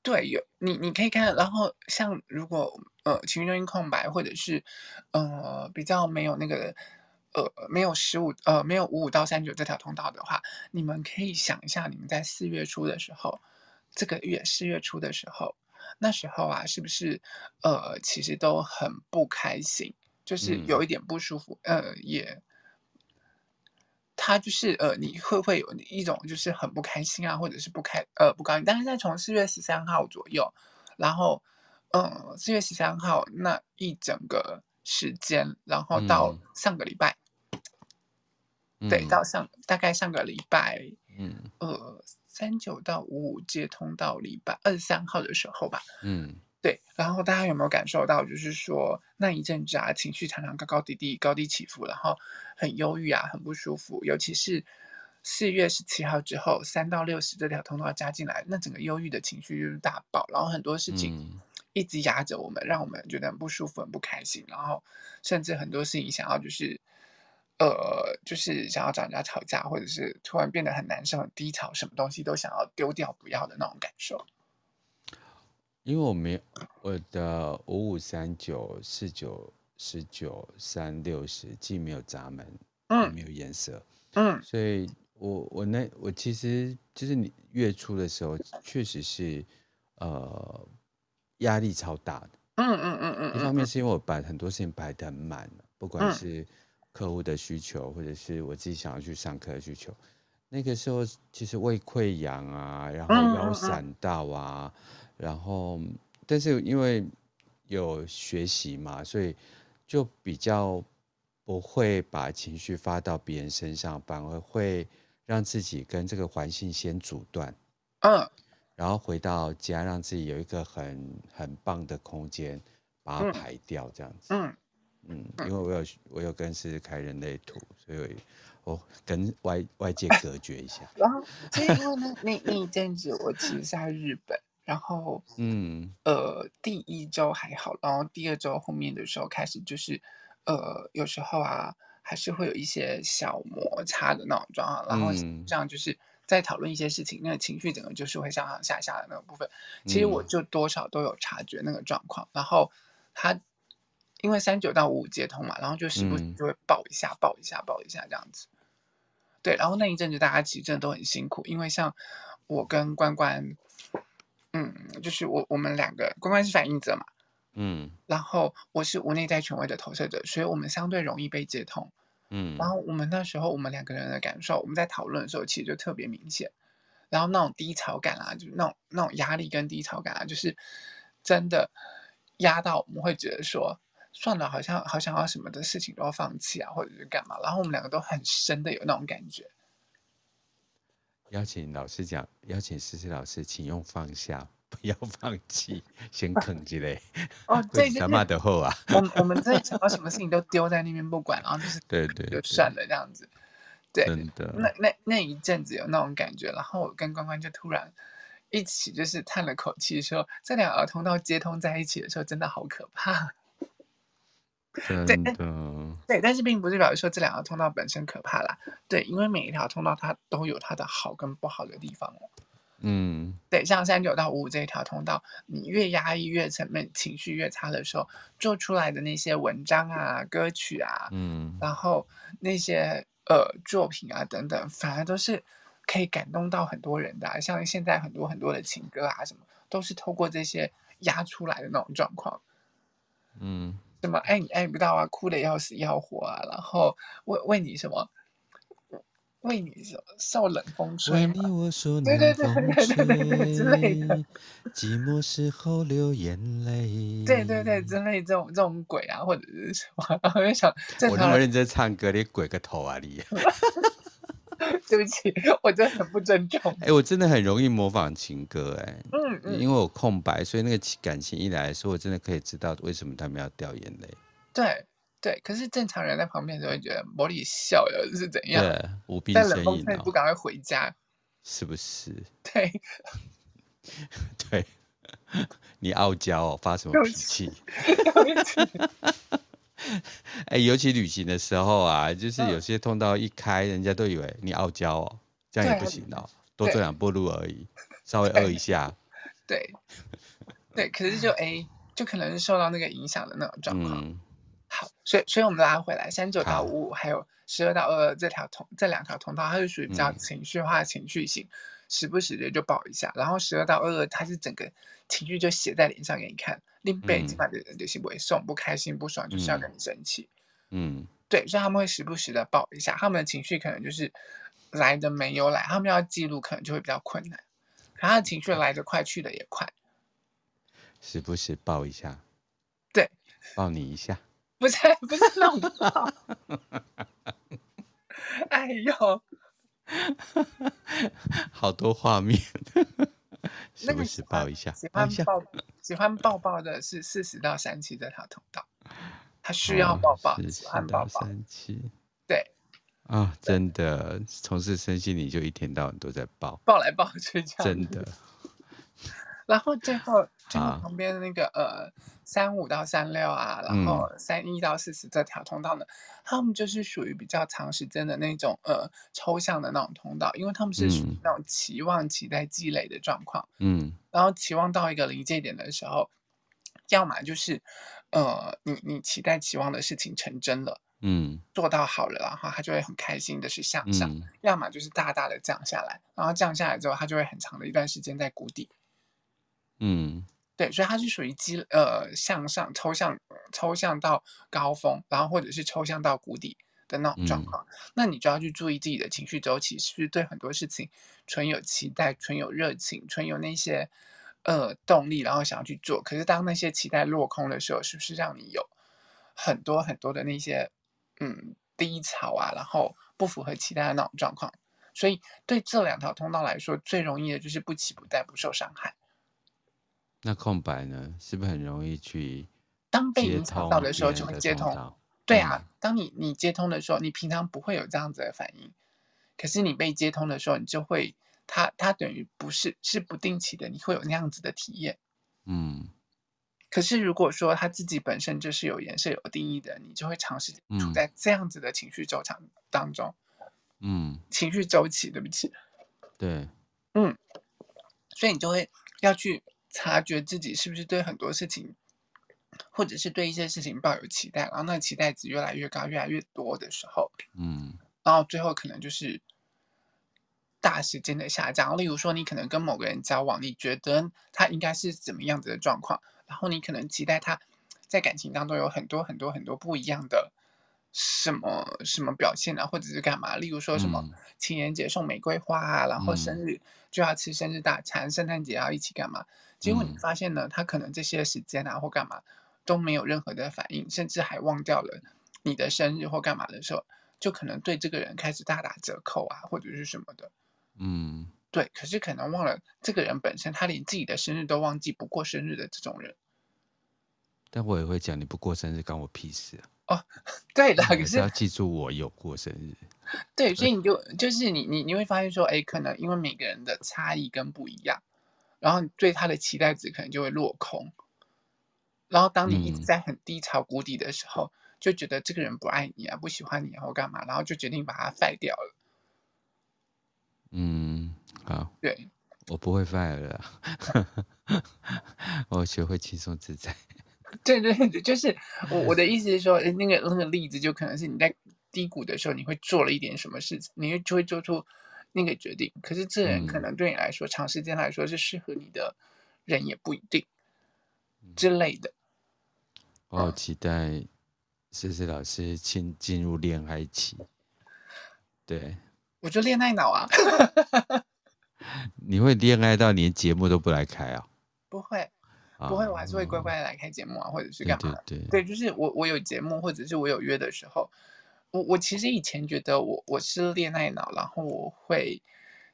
Speaker 2: 对，有你你可以看，然后像如果呃情绪中心空白，或者是呃比较没有那个呃没有十五呃没有五五到三九这条通道的话，你们可以想一下，你们在四月初的时候，这个月四月初的时候，那时候啊是不是呃其实都很不开心，就是
Speaker 1: 嗯
Speaker 2: 有一点不舒服，呃也。他就是呃，你会不会有一种就是很不开心啊，或者是不开呃不高兴？但是在从四月十三号左右，然后嗯，四月十三号那一整个时间，然后到
Speaker 1: 嗯
Speaker 2: 上个礼拜，
Speaker 1: 嗯
Speaker 2: 对，到上大概上个礼拜
Speaker 1: 嗯
Speaker 2: 呃三九到五五接通到礼拜二十三号的时候吧，
Speaker 1: 嗯
Speaker 2: 对，然后大家有没有感受到，就是说那一阵子啊，情绪常常高高低低、高低起伏，然后很忧郁啊，很不舒服。尤其是四月十七号之后，三到六十这条通道加进来，那整个忧郁的情绪就是大爆，然后很多事情
Speaker 1: 嗯
Speaker 2: 一直压着我们，让我们觉得很不舒服、很不开心，然后甚至很多事情想要就是。呃，就是想要找人家吵架，或者是突然变得很难受、很低潮，什么东西都想要丢掉、不要的那种感受。
Speaker 1: 因为我没我的五五三九四九十九三六十既没有闸门，也
Speaker 2: 嗯
Speaker 1: 没有颜色，
Speaker 2: 嗯
Speaker 1: 所以我我那我其实就是你月初的时候，确实是呃压力超大的。
Speaker 2: 嗯嗯嗯嗯
Speaker 1: 一
Speaker 2: 嗯
Speaker 1: 方面
Speaker 2: 嗯
Speaker 1: 是因为我把很多事情排得很满了，不管
Speaker 2: 嗯
Speaker 1: 是客户的需求，或者是我自己想要去上课的需求。那个时候其实胃溃疡啊，然后
Speaker 2: 嗯
Speaker 1: 腰
Speaker 2: 嗯嗯，
Speaker 1: 闪到啊，然后但是因为有学习嘛，所以就比较不会把情绪发到别人身上，反而会让自己跟这个环境先阻断。
Speaker 2: 嗯
Speaker 1: 然后回到家，让自己有一个很很棒的空间，把它
Speaker 2: 嗯
Speaker 1: 排掉，这样子。
Speaker 2: 嗯
Speaker 1: 嗯，因
Speaker 2: 嗯，
Speaker 1: 为我有我有跟思思开人类图，所以我跟外外界隔绝一下。
Speaker 2: 然后所以因为呢，那那一阵子我其实在日本，然后
Speaker 1: 嗯
Speaker 2: 呃第一周还好，然后第二周后面的时候开始就是呃有时候啊还是会有一些小摩擦的那种状况，然后
Speaker 1: 嗯
Speaker 2: 这样就是在讨论一些事情，那个情绪整个就是会上上下下的那个部分，其实我
Speaker 1: 嗯
Speaker 2: 就多少都有察觉那个状况，然后他。因为三九到五五接通嘛，然后就时不时
Speaker 1: 嗯
Speaker 2: 就会爆一下、爆一下、爆一下这样子。对，然后那一阵子大家其实真的都很辛苦，因为像我跟关关，嗯，就是我我们两个，关关是反应者嘛，
Speaker 1: 嗯
Speaker 2: 然后我是无内在权威的投射者，所以我们相对容易被接通。然
Speaker 1: 嗯
Speaker 2: 后我们那时候我们两个人的感受，我们在讨论的时候其实就特别明显。然后那种低潮感啊，就是那种那种压力跟低潮感啊，就是真的压到我们会觉得说，算了，好像好想要什么的事情都要放弃啊，或者是干嘛。然后我们两个都很深的有那种感觉。
Speaker 1: 邀请老师讲，邀请思思老师，请用放下，不要放弃，先啃起来，
Speaker 2: 哦，
Speaker 1: 跪
Speaker 2: 对
Speaker 1: 起
Speaker 2: 对
Speaker 1: 咱
Speaker 2: 对，
Speaker 1: 妈的后啊！
Speaker 2: 我们我们真的想到什么事情都丢在那边不管，然后就是
Speaker 1: 对对对，
Speaker 2: 就算了这样子。对，
Speaker 1: 真的，
Speaker 2: 那那那一阵子有那种感觉，然后我跟关关就突然一起就是叹了口气说，这两个通道接通在一起的时候，真的好可怕。 对，
Speaker 1: 真的，
Speaker 2: 但
Speaker 1: 嗯
Speaker 2: 对，但是并不是表示说这两个通道本身可怕啦。对，因为每一条通道它都有它的好跟不好的地方哦。
Speaker 1: 嗯
Speaker 2: 对，像三九到五五这一条通道，你越压抑、越沉闷、情绪越差的时候，做出来的那些文章啊、歌曲啊，
Speaker 1: 嗯
Speaker 2: 然后那些呃作品啊等等，反而都是可以感动到很多人的啊、像现在很多很多的情歌啊，什么都是透过这些压出来的那种状况。
Speaker 1: 嗯
Speaker 2: 什么爱你爱不到啊，哭的要死要活啊，然后为为你什么，为你什么受冷风吹啊
Speaker 1: 为
Speaker 2: 嘛，
Speaker 1: 你我受
Speaker 2: 对
Speaker 1: 冷
Speaker 2: 对对
Speaker 1: 风
Speaker 2: 对对对对之类的，
Speaker 1: 吹，寂寞时候流眼
Speaker 2: 对对对
Speaker 1: 泪。
Speaker 2: 之类这种这种鬼啊，或者是什么， 然后就想正
Speaker 1: 我那
Speaker 2: 常嗯
Speaker 1: 么
Speaker 2: 人，
Speaker 1: 认真唱歌，你鬼个头啊你！
Speaker 2: 对不起， 我真的很不尊重。
Speaker 1: 哎、我真的很容易模仿情歌哎、
Speaker 2: 嗯嗯，
Speaker 1: 因为我空白，所以那个情感情一来的时候，我真的可以知道为什么他们要掉眼泪。
Speaker 2: 对对，可是正常人在旁边都会觉得玻璃笑了是怎样，
Speaker 1: 对，无病
Speaker 2: 在哎冷
Speaker 1: 呻
Speaker 2: 风
Speaker 1: 吟
Speaker 2: 吹不
Speaker 1: 哦，
Speaker 2: 赶快回家，
Speaker 1: 是不是？
Speaker 2: 对，
Speaker 1: 对， 你傲娇哦，发什么
Speaker 2: 对不
Speaker 1: 脾
Speaker 2: 起，
Speaker 1: 气？
Speaker 2: 对不起，
Speaker 1: 哎，尤其旅行的时候啊，就是
Speaker 2: 嗯
Speaker 1: 有些通道一开，人家都以为你傲娇哦，这样也不行哦，多走两步路而已，稍微饿一下。
Speaker 2: 对，对，可是就 哎，就可能是受到那个影响的那种状况。
Speaker 1: 嗯，
Speaker 2: 好，所以所以我们拉回来，三九
Speaker 1: 好
Speaker 2: 到五五还有十二到二二这条通这两条通道，它是属于比较
Speaker 1: 嗯
Speaker 2: 情绪化、情绪型，时不时的就爆一下。然后十二到二二，它是整个情绪就写在脸上给你看，另背
Speaker 1: 嗯
Speaker 2: 基本的人就是不会送，不开心、不爽，就是要跟你生气。
Speaker 1: 嗯，
Speaker 2: 对，所以他们会时不时的爆一下，他们的情绪可能就是来的没有来，他们要记录可能就会比较困难。然后情绪来得快，去得也快，
Speaker 1: 时不时抱一下，
Speaker 2: 对，
Speaker 1: 抱你一下。
Speaker 2: 不是不是那种爆。 哎呦，
Speaker 1: 好多画面，时
Speaker 2: 那
Speaker 1: 不
Speaker 2: 个
Speaker 1: 时
Speaker 2: 喜
Speaker 1: 抱
Speaker 2: 欢
Speaker 1: 一下，
Speaker 2: 喜
Speaker 1: 抱
Speaker 2: 欢
Speaker 1: 一下，
Speaker 2: 抱喜欢抱抱的是四十到三七这条通道，他需
Speaker 1: 哦
Speaker 2: 要抱抱，
Speaker 1: 是
Speaker 2: 喜欢
Speaker 1: 四
Speaker 2: 抱
Speaker 1: 到
Speaker 2: 抱，
Speaker 1: 三七
Speaker 2: 对，
Speaker 1: 啊，真的，从事身心你就一天到晚都在抱，
Speaker 2: 抱来抱去这样。
Speaker 1: 真的，
Speaker 2: 然后最后最后
Speaker 1: 好
Speaker 2: 旁边那个呃三五到三六啊，然
Speaker 1: 嗯
Speaker 2: 后三一到四十这条通道呢，他们就是属于比较长时间的那种呃抽象的那种通道，因为他们是属于
Speaker 1: 嗯
Speaker 2: 那种期望、期待、积累的状况。
Speaker 1: 嗯
Speaker 2: 然后期望到一个临界点的时候，要么就是，呃，你你期待期望的事情成真了，
Speaker 1: 嗯
Speaker 2: 做到好了，然后他就会很开心的是向上；
Speaker 1: 嗯
Speaker 2: 要么就是大大的降下来，然后降下来之后，他就会很长的一段时间在谷底。
Speaker 1: 嗯
Speaker 2: 对，所以它是属于积呃向上抽象抽象到高峰，然后或者是抽象到谷底的那种状
Speaker 1: 嗯
Speaker 2: 况。那你就要去注意自己的情绪周期，是不是对很多事情存有期待、存有热情、存有那些呃动力，然后想要去做。可是当那些期待落空的时候，是不是让你有很多很多的那些嗯低潮啊，然后不符合期待的那种状况？所以对这两条通道来说，最容易的就是不期不待、不受伤害。
Speaker 1: 那空白呢，是不是很容易去
Speaker 2: 当被
Speaker 1: 接
Speaker 2: 影响
Speaker 1: 通
Speaker 2: 到的时候
Speaker 1: 别
Speaker 2: 就
Speaker 1: 人
Speaker 2: 会
Speaker 1: 的
Speaker 2: 接
Speaker 1: 通
Speaker 2: 通
Speaker 1: 道？嗯
Speaker 2: 对啊，当你你接通的时候，你平常不会有这样子的反应，可是你被接通的时候，你就会，它它等于不是是不定期的，你会有那样子的体验。
Speaker 1: 嗯
Speaker 2: 可是如果说他自己本身就是有颜色有定义的，你就会长时间处
Speaker 1: 嗯
Speaker 2: 在这样子的情绪周场当中，
Speaker 1: 嗯，
Speaker 2: 情绪周期，对不起，
Speaker 1: 对，
Speaker 2: 嗯，所以你就会要去察觉自己是不是对很多事情，或者是对一些事情抱有期待，然后那个期待值越来越高、越来越多的时候，
Speaker 1: 嗯
Speaker 2: 然后最后可能就是大时间的下降。例如说，你可能跟某个人交往，你觉得他应该是怎么样子的状况，然后你可能期待他在感情当中有很多很多很多不一样的什么什么表现啊，或者是干嘛？例如说什么
Speaker 1: 嗯
Speaker 2: 情人节送玫瑰花啊，然后
Speaker 1: 嗯
Speaker 2: 生日就要吃生日大餐，圣诞节要一起干嘛？结果你
Speaker 1: 嗯
Speaker 2: 发现呢，他可能这些时间啊或干嘛都没有任何的反应，甚至还忘掉了你的生日或干嘛的时候，就可能对这个人开始大打折扣啊，或者是什么的。
Speaker 1: 嗯
Speaker 2: 对，可是可能忘了这个人本身，他连自己的生日都忘记，不过生日的这种人。
Speaker 1: 但我也会讲，你不过生日关我屁事啊！
Speaker 2: 对的，
Speaker 1: 你
Speaker 2: 可
Speaker 1: 还是要
Speaker 2: 是
Speaker 1: 记住我有过生日。
Speaker 2: 对，所以你就就是你你你会发现说，哎，可能因为每个人的差异跟不一样，然后你对他的期待值可能就会落空。然后当你一直
Speaker 1: 嗯
Speaker 2: 在很低潮谷底的时候，就觉得这个人不爱你啊，不喜欢你啊，或干嘛，然后就决定把他废掉了。
Speaker 1: 嗯，好。
Speaker 2: 对，
Speaker 1: 我不会 fire 了啦， 我学会轻松自在。
Speaker 2: 对对对，就是我我的意思是说，呃那个那个例子就可能是你在低谷的时候，你会做了一点什么事情，你会就会做出那个决定。可是这人可
Speaker 1: 嗯
Speaker 2: 能对你来说，长时间来说是适合你的人也不一定
Speaker 1: 嗯
Speaker 2: 之类的。
Speaker 1: 我好期待思思老师进进入恋爱期。对，
Speaker 2: 我就恋爱脑啊，
Speaker 1: 你会恋爱到连节目都不来开啊？
Speaker 2: 不会
Speaker 1: 啊
Speaker 2: 不会，我还是会乖。乖地来开节目啊，或者是
Speaker 1: 对
Speaker 2: 干
Speaker 1: 嗯对
Speaker 2: 嘛的。
Speaker 1: 对，
Speaker 2: 对，就是我我有节目或者是我有约的时候，我我其实以前觉得我我是恋爱脑，然后我会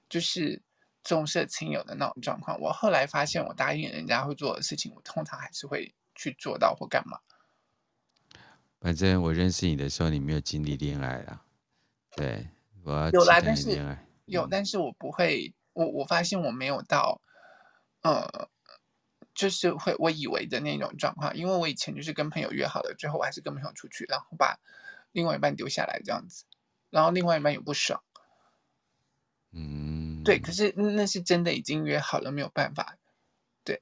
Speaker 2: 就是重色轻友的那种状况。我后来发现，我答应人家会做的事情，我通常还是会去做到或干嘛。
Speaker 1: 反正我认识你的时候，你没有经历恋爱啦。对，我要
Speaker 2: 有
Speaker 1: 期
Speaker 2: 啦，
Speaker 1: 待
Speaker 2: 但
Speaker 1: 你
Speaker 2: 是
Speaker 1: 恋爱。
Speaker 2: 有，
Speaker 1: 嗯
Speaker 2: 但是我不会，我我发现我没有到，呃，就是会我以为的那种状况，因为我以前就是跟朋友约好了，最后我还是跟朋友出去，然后把另外一半丢下来这样子，然后另外一半也不爽，
Speaker 1: 嗯，
Speaker 2: 对，可是那是真的已经约好了，没有办法，对。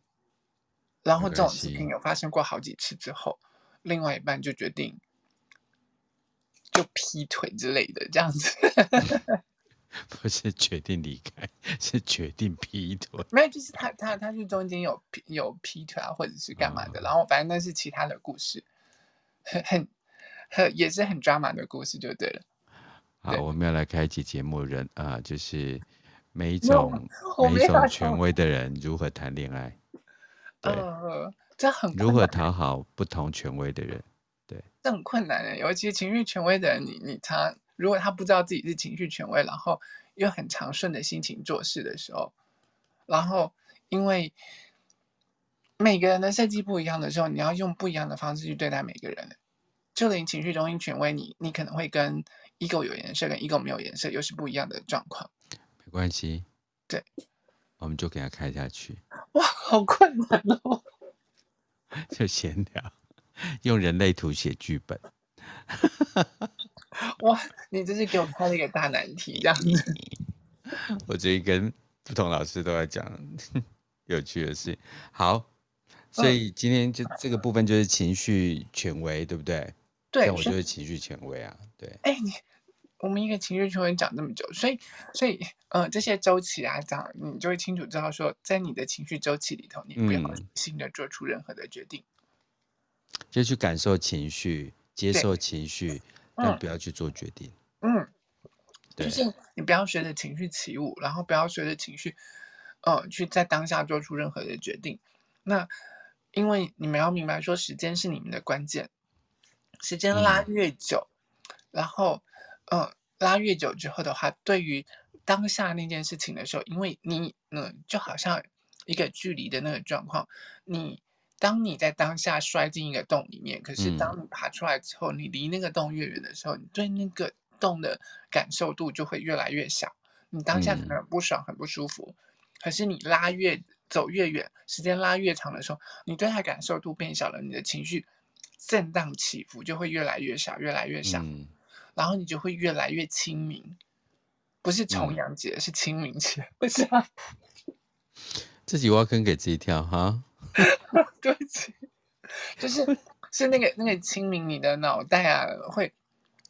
Speaker 2: 然后这种事情有发生过好几次之后，另外一半就决定就劈腿之类的这样子，
Speaker 1: 不是决定离开，是决定劈腿。
Speaker 2: 没有，就是他他他是中间有劈有劈腿啊，或者是干嘛
Speaker 1: 嗯
Speaker 2: 的，然后反正那是其他的故事，很很很也是很抓马的故事就对了。
Speaker 1: 好，
Speaker 2: 对
Speaker 1: 我们要来开一期节目人啊、就是每一
Speaker 2: 没有
Speaker 1: 种
Speaker 2: 我
Speaker 1: 每
Speaker 2: 没
Speaker 1: 一
Speaker 2: 法
Speaker 1: 种权
Speaker 2: 说
Speaker 1: 威的人如何谈恋爱，对，
Speaker 2: 呃，这很困
Speaker 1: 如何
Speaker 2: 难
Speaker 1: 讨好不同权威的人。
Speaker 2: 这很困难的，尤其情绪权威的人，你你常如果他不知道自己是情绪权威，然后又很常顺着心情做事的时候，然后因为每个人的设计不一样的时候，你要用不一样的方式去对待每个人。就连情绪中心权威，你你可能会跟 ego 有颜色跟 ego 没有颜色又是不一样的状况，
Speaker 1: 没关系，
Speaker 2: 对，
Speaker 1: 我们就给他开下去，
Speaker 2: 哇，好困难哦！
Speaker 1: 就闲聊，用人类图写剧本。
Speaker 2: 哇，你这是给我开了一个大难题，这样子。
Speaker 1: 我最近跟不同老师都在讲 有趣的事。好，所
Speaker 2: 嗯
Speaker 1: 以今天就这个部分就是情绪权威，对不对？
Speaker 2: 对，
Speaker 1: 像我
Speaker 2: 所以
Speaker 1: 就是情绪权威啊，对，
Speaker 2: 哎，你我们一个情绪球员讲那么久，所以所以呃，这些周期啊，讲你就会清楚知道说，在你的情绪周期里头，你不要
Speaker 1: 嗯
Speaker 2: 新的做出任何的决定。
Speaker 1: 就去感受情绪，接
Speaker 2: 对
Speaker 1: 受情绪，但
Speaker 2: 嗯
Speaker 1: 不要去做决定。
Speaker 2: 嗯，
Speaker 1: 对，
Speaker 2: 就是你不要随着情绪起舞，然后不要随着情绪，呃，去在当下做出任何的决定。那因为你们要明白说，时间是你们的关键，时间拉
Speaker 1: 嗯
Speaker 2: 越久，然后，呃，拉越久之后的话，对于当下那件事情的时候，因为你，嗯、就好像一个距离的那个状况，你。当你在当下摔进一个洞里面，可是当你爬出来之后，你离那个洞越远的时候，你对那个洞的感受度就会越来越小。你当下可
Speaker 1: 嗯
Speaker 2: 能很不爽、很不舒服，可是你拉越走越远，时间拉越长的时候，你对它感受度变小了，你的情绪震荡起伏就会越来越小、越来越小，
Speaker 1: 嗯，
Speaker 2: 然后你就会越来越清明，不是重
Speaker 1: 嗯
Speaker 2: 阳节，是清明节， 不是啊？
Speaker 1: 自己挖坑给自己跳哈。
Speaker 2: 对不起，就是是那个那个清明，你的脑袋啊会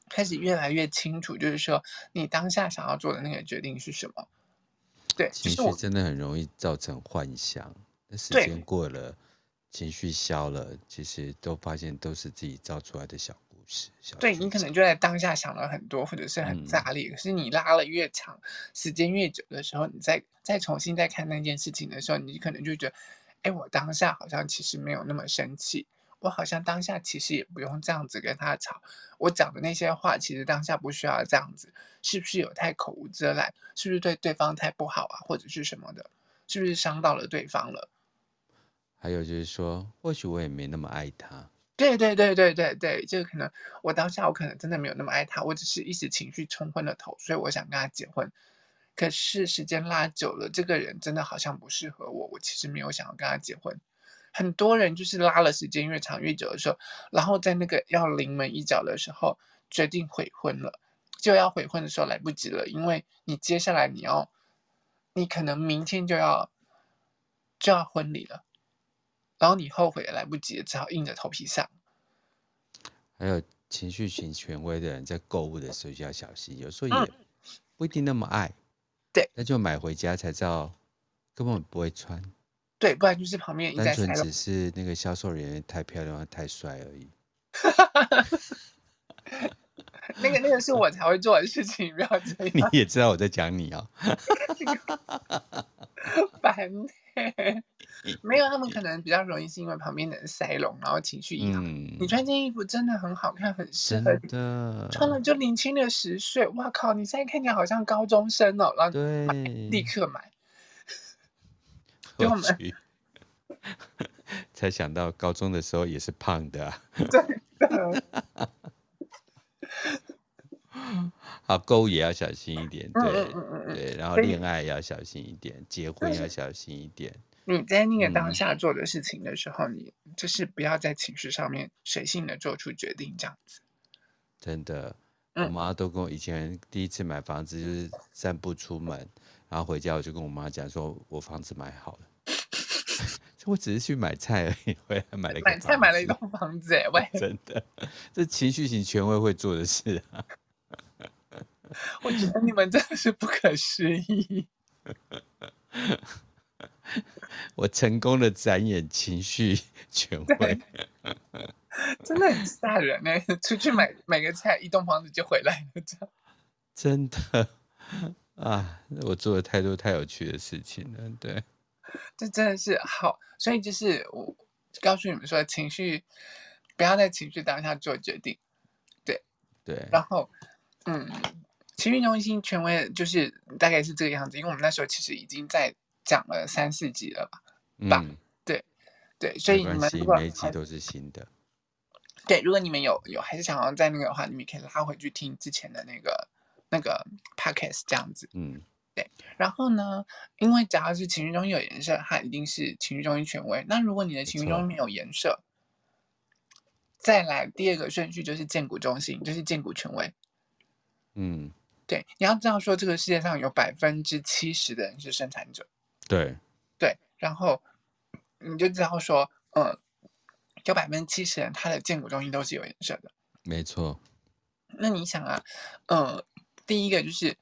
Speaker 2: 开始越来越清楚，就是说你当下想要做的那个决定是什么。对，就
Speaker 1: 情
Speaker 2: 是
Speaker 1: 绪
Speaker 2: 我
Speaker 1: 真的很容易造成幻想，那时
Speaker 2: 对
Speaker 1: 间过了，情绪消了，其实都发现都是自己造出来的小故事、小
Speaker 2: 对
Speaker 1: 剧
Speaker 2: 你可
Speaker 1: 场。
Speaker 2: 能就在当下想了很多，或者是很
Speaker 1: 嗯
Speaker 2: 炸裂。可是你拉了越长，时间越久的时候，你再再重新再看那件事情的时候，你可能就觉得，哎，我当下好像其实没有那么生气，我好像当下其实也不用这样子跟他吵，我讲的那些话其实当下不需要这样子，是不是有太口无遮拦？是不是对对方太不好啊，或者是什么的？是不是伤到了对方了？
Speaker 1: 还有就是说，或许我也没那么爱他。
Speaker 2: 对对对对对对，就可能我当下我可能真的没有那么爱他，我只是一时情绪冲昏了头，所以我想跟他结婚。可是时间拉久了，这个人真的好像不适合我，我其实没有想要跟他结婚。很多人就是拉了时间越长越久的时候，然后在那个要临门一脚的时候决定悔婚了，就要悔婚的时候来不及了，因为你接下来你要，你可能明天就要就要婚礼了，然后你后悔也来不及了，只好硬着头皮上。
Speaker 1: 还有情绪型权威的人在购物的时候就要小心，有时候
Speaker 2: 嗯
Speaker 1: 也不一定那么爱，
Speaker 2: 对，
Speaker 1: 那就买回家才知道根本不会穿，
Speaker 2: 对，不然就是旁边一直
Speaker 1: 单
Speaker 2: 在
Speaker 1: 纯
Speaker 2: 塞了啊
Speaker 1: 只是那个销售人员太漂亮、太帅而已。
Speaker 2: 那个那个是我才会做的事情，不要这
Speaker 1: 你
Speaker 2: 样
Speaker 1: 也知道我在讲你哦，
Speaker 2: 烦、 欸。没有，他们可能比较容易是因为旁边的人塞拢，然后情绪一好。
Speaker 1: 嗯，
Speaker 2: 你穿这件衣服真的很好看，很适
Speaker 1: 真
Speaker 2: 合你，
Speaker 1: 的
Speaker 2: 穿了就年轻了十岁。哇靠，你现在看起来好像高中生哦，然后
Speaker 1: 对，
Speaker 2: 立刻买。 给我
Speaker 1: 我
Speaker 2: 们
Speaker 1: 去， 才想到高中的时候也是胖的啊、
Speaker 2: 嗯
Speaker 1: 好，购物也要小心一点，
Speaker 2: 嗯
Speaker 1: 对
Speaker 2: 嗯嗯嗯嗯，
Speaker 1: 对，然后
Speaker 2: 所以
Speaker 1: 恋爱也要小心一点，结婚
Speaker 2: 但
Speaker 1: 要
Speaker 2: 是
Speaker 1: 小心一点，
Speaker 2: 你在那个当
Speaker 1: 嗯
Speaker 2: 下做的事情的时候，你就是不要在情绪上面随性的做出决定，这样子。
Speaker 1: 真的，我
Speaker 2: 嗯
Speaker 1: 妈都跟我以前第一次买房子就是散步出门，然后回家我就跟我妈讲说，我房子买好了， 我只是去买菜而已，回来买了一个
Speaker 2: 买菜买了一
Speaker 1: 房
Speaker 2: 栋房子、欸，喂，
Speaker 1: 子真的，这情绪型权威会做的事啊，
Speaker 2: 我觉得你们真的是不可思议。
Speaker 1: 我成功的展演情绪权威，
Speaker 2: 真的很吓人呢、出去买买个菜，一栋房子就回来了，这样。
Speaker 1: 真的啊，我做了太多太有趣的事情了，对，
Speaker 2: 这真的是好，所以就是我告诉你们说，情绪不要在情绪当下做决定。
Speaker 1: 对，
Speaker 2: 然后，嗯，情绪中心权威就是大概是这个样子，因为我们那时候其实已经在讲了三四集了吧？吧
Speaker 1: 嗯，
Speaker 2: 对，所
Speaker 1: 没
Speaker 2: 以你
Speaker 1: 关
Speaker 2: 们
Speaker 1: 系，
Speaker 2: 如果
Speaker 1: 每一集
Speaker 2: 还
Speaker 1: 都是新的，
Speaker 2: 对，如果你们有有还是想要在那个的话，你们可以拉回去听之前的那个那个 podcast 这样子。
Speaker 1: 嗯，
Speaker 2: 然后呢，因为只要是情绪中心有颜色，它一定是情绪中心权威。那如果你的情绪
Speaker 1: 错
Speaker 2: 中心没有颜色，再来第二个顺序就是建骨中心，就是建骨权威。
Speaker 1: 嗯，
Speaker 2: 对，你要知道说这个世界上有百分之七十的人是生产者，
Speaker 1: 对，
Speaker 2: 对，然后你就知道说，嗯，有百分之七十人他的建骨中心都是有颜色的。
Speaker 1: 没错，
Speaker 2: 那你想啊，嗯，第一个就是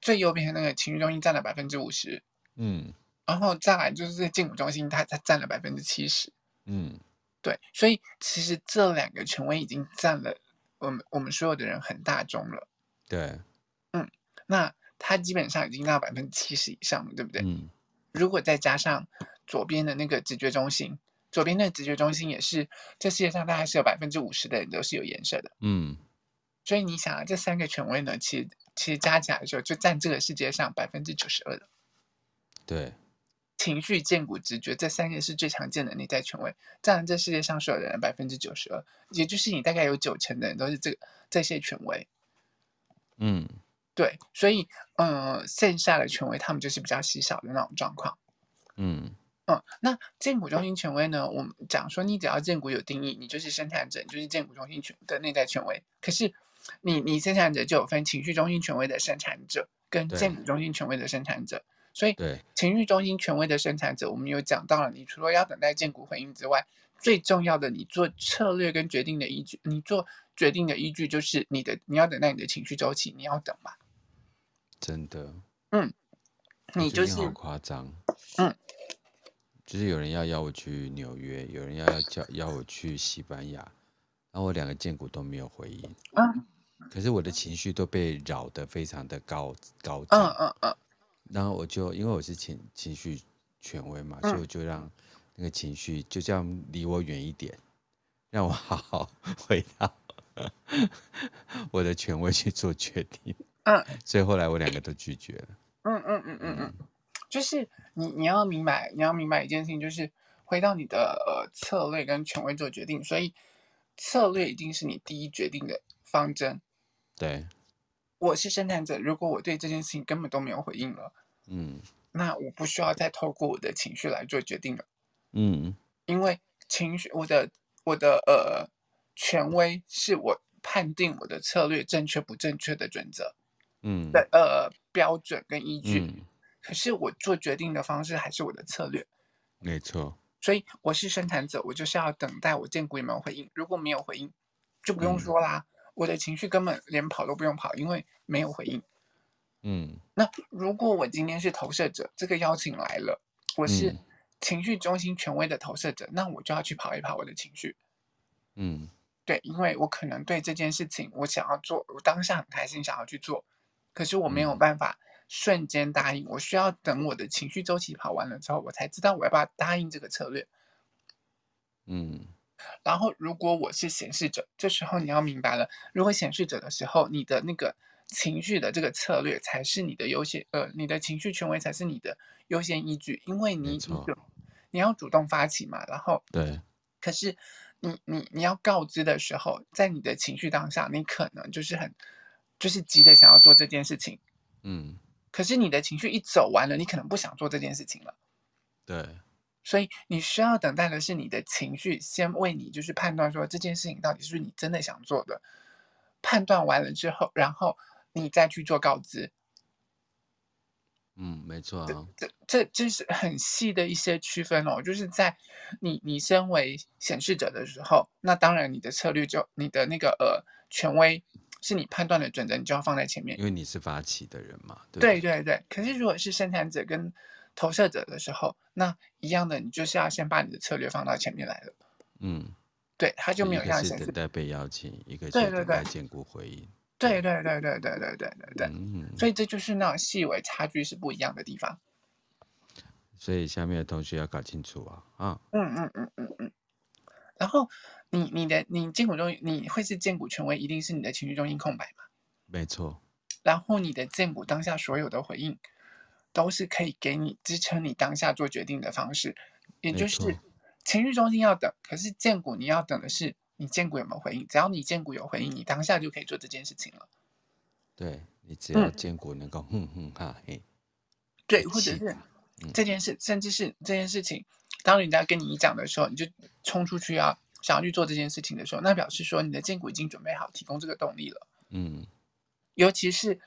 Speaker 2: 最右边的那个情绪中心占了百分之五十，
Speaker 1: 嗯
Speaker 2: 然后再来就是建骨中心它，它占了百分之七十。
Speaker 1: 嗯。
Speaker 2: 对，所以其实这两个权威已经占了我们我们所有的人很大众了。
Speaker 1: 对，
Speaker 2: 那它基本上已经到百分之七十以上了，对不对？
Speaker 1: 嗯，
Speaker 2: 如果再加上左边的那个直觉中心，左边的直觉中心也是这世界上大概是有百分之五十的人都是有颜色的。
Speaker 1: 嗯，
Speaker 2: 所以你想啊，这三个权威呢，其实其实加起来的时候，就占这个世界上百分之九十二的
Speaker 1: 对，
Speaker 2: 情绪、见骨、直觉这三个是最常见的内在权威，占了这世界上所有人百分之九十二，也就是你大概有九成的人都是这个这些权威。
Speaker 1: 嗯，
Speaker 2: 对，所以呃，剩下的权威他们就是比较稀少的那种状况。
Speaker 1: 嗯，
Speaker 2: 嗯，那建股中心权威呢？我们讲说，你只要建股有定义，你就是生产者，你就是建股中心权的内在权威。可是你，你生产者就有分情绪中心权威的生产者跟
Speaker 1: 对
Speaker 2: 建股中心权威的生产者。所以，
Speaker 1: 对，
Speaker 2: 情绪中心权威的生产者，我们有讲到了，你除了要等待建股回应之外，最重要的，你做策略跟决定的依据，你做决定的依据就是你的，你要等待你的情绪周期，你要等嘛，
Speaker 1: 真的，我
Speaker 2: 你
Speaker 1: 最
Speaker 2: 就
Speaker 1: 近
Speaker 2: 是
Speaker 1: 好夸张，
Speaker 2: 嗯，
Speaker 1: 就是有人要邀我去纽约，有人要叫邀我去西班牙，然后我两个荐股都没有回应，
Speaker 2: 嗯
Speaker 1: 可是我的情绪都被扰得非常的高高涨，
Speaker 2: 嗯嗯嗯，
Speaker 1: 然后我就因为我是情情绪权威嘛，所以
Speaker 2: 嗯
Speaker 1: 我就让那个情绪就这样离我远一点，让我好好回到 我的权威去做决定。
Speaker 2: 嗯，
Speaker 1: 所以后来我两个都拒绝了。
Speaker 2: 嗯嗯嗯嗯嗯，就是你你要明白，你要明白一件事情，就是回到你的呃策略跟权威做决定，所以策略一定是你第一决定的方针。
Speaker 1: 对，
Speaker 2: 我是生产者，如果我对这件事情根本都没有回应了，
Speaker 1: 嗯
Speaker 2: 那我不需要再透过我的情绪来做决定了，
Speaker 1: 嗯，
Speaker 2: 因为情绪我的我的呃权威是我判定我的策略正确不正确的准则
Speaker 1: 嗯
Speaker 2: 的呃标准跟依据，
Speaker 1: 嗯，
Speaker 2: 可是我做决定的方式还是我的策略。
Speaker 1: 没错，
Speaker 2: 所以我是生产者，我就是要等待我见股有没有回应。如果没有回应，就不用
Speaker 1: 嗯
Speaker 2: 说啦，我的情绪根本连跑都不用跑，因为没有回应。
Speaker 1: 嗯
Speaker 2: 那如果我今天是投射者，这个邀请来了，我是
Speaker 1: 嗯
Speaker 2: 情绪中心权威的投射者，那我就要去跑一跑我的情绪。
Speaker 1: 嗯
Speaker 2: 对，因为我可能对这件事情，我想要做，我当下很开心想要去做，可是我没有
Speaker 1: 嗯
Speaker 2: 办法瞬间答应，我需要等我的情绪周期跑完了之后，我才知道我要不要答应这个策略。
Speaker 1: 嗯，
Speaker 2: 然后，如果我是显示者，这时候你要明白了，如果显示者的时候，你的那个情绪的这个策略才是你的优先，呃，你的情绪权威才是你的优先依据，因为你你
Speaker 1: 错
Speaker 2: 主你要主动发起嘛，然后
Speaker 1: 对，
Speaker 2: 可是你你你要告知的时候，在你的情绪当下，你可能就是很就是急的想要做这件事情，
Speaker 1: 嗯
Speaker 2: 可是你的情绪一走完了，你可能不想做这件事情了。
Speaker 1: 对，
Speaker 2: 所以你需要等待的是你的情绪先为你就是判断说这件事情到底是不是你真的想做的，判断完了之后，然后你再去做告知。
Speaker 1: 嗯，没错啊，
Speaker 2: 这这这是很细的一些区分哦，就是在你你身为显示者的时候，那当然你的策略就你的那个呃权威是你判断的准则，你就要放在前面。
Speaker 1: 因为你是发起的人嘛，对不
Speaker 2: 嗯对对对，可是如果是生产者跟投射者的时候，那一样的，你就是要先把你的策略放到前面来了。
Speaker 1: 嗯，
Speaker 2: 对，他就没有
Speaker 1: 一
Speaker 2: 让
Speaker 1: 个
Speaker 2: 显
Speaker 1: 是等
Speaker 2: 示。
Speaker 1: 待被邀请，一个是
Speaker 2: 对对
Speaker 1: 等待
Speaker 2: 对
Speaker 1: 见骨回应。
Speaker 2: 对对对对对对对对对，
Speaker 1: 嗯，
Speaker 2: 所以这就是那种细微差距是不一样的地方。
Speaker 1: 所以下面的同学要搞清楚啊啊，
Speaker 2: 嗯嗯嗯嗯嗯。然后你你的你建股中你会是建股权威，一定是你的情绪中心空白嘛？
Speaker 1: 没错，
Speaker 2: 然后你的建股当下所有的回应，都是可以给你支撑你当下做决定的方式，也
Speaker 1: 没
Speaker 2: 就
Speaker 1: 错
Speaker 2: 是情绪中心要等，可是建股你要等的是你建股有没有回应，只要你建股有回应，你当下就可以做这件事情了。
Speaker 1: 对你只要
Speaker 2: 嗯
Speaker 1: 见骨能够哼哼哈嘿，
Speaker 2: 对，
Speaker 1: 一
Speaker 2: 或者
Speaker 1: 起
Speaker 2: 是
Speaker 1: 打嗯
Speaker 2: 这件事，甚至是这件事情，当人家跟你讲的时候，你就冲出去啊，想要去做这件事情的时候，那表示说你的建股已经准备好提供这个动力了。
Speaker 1: 嗯，
Speaker 2: 尤其是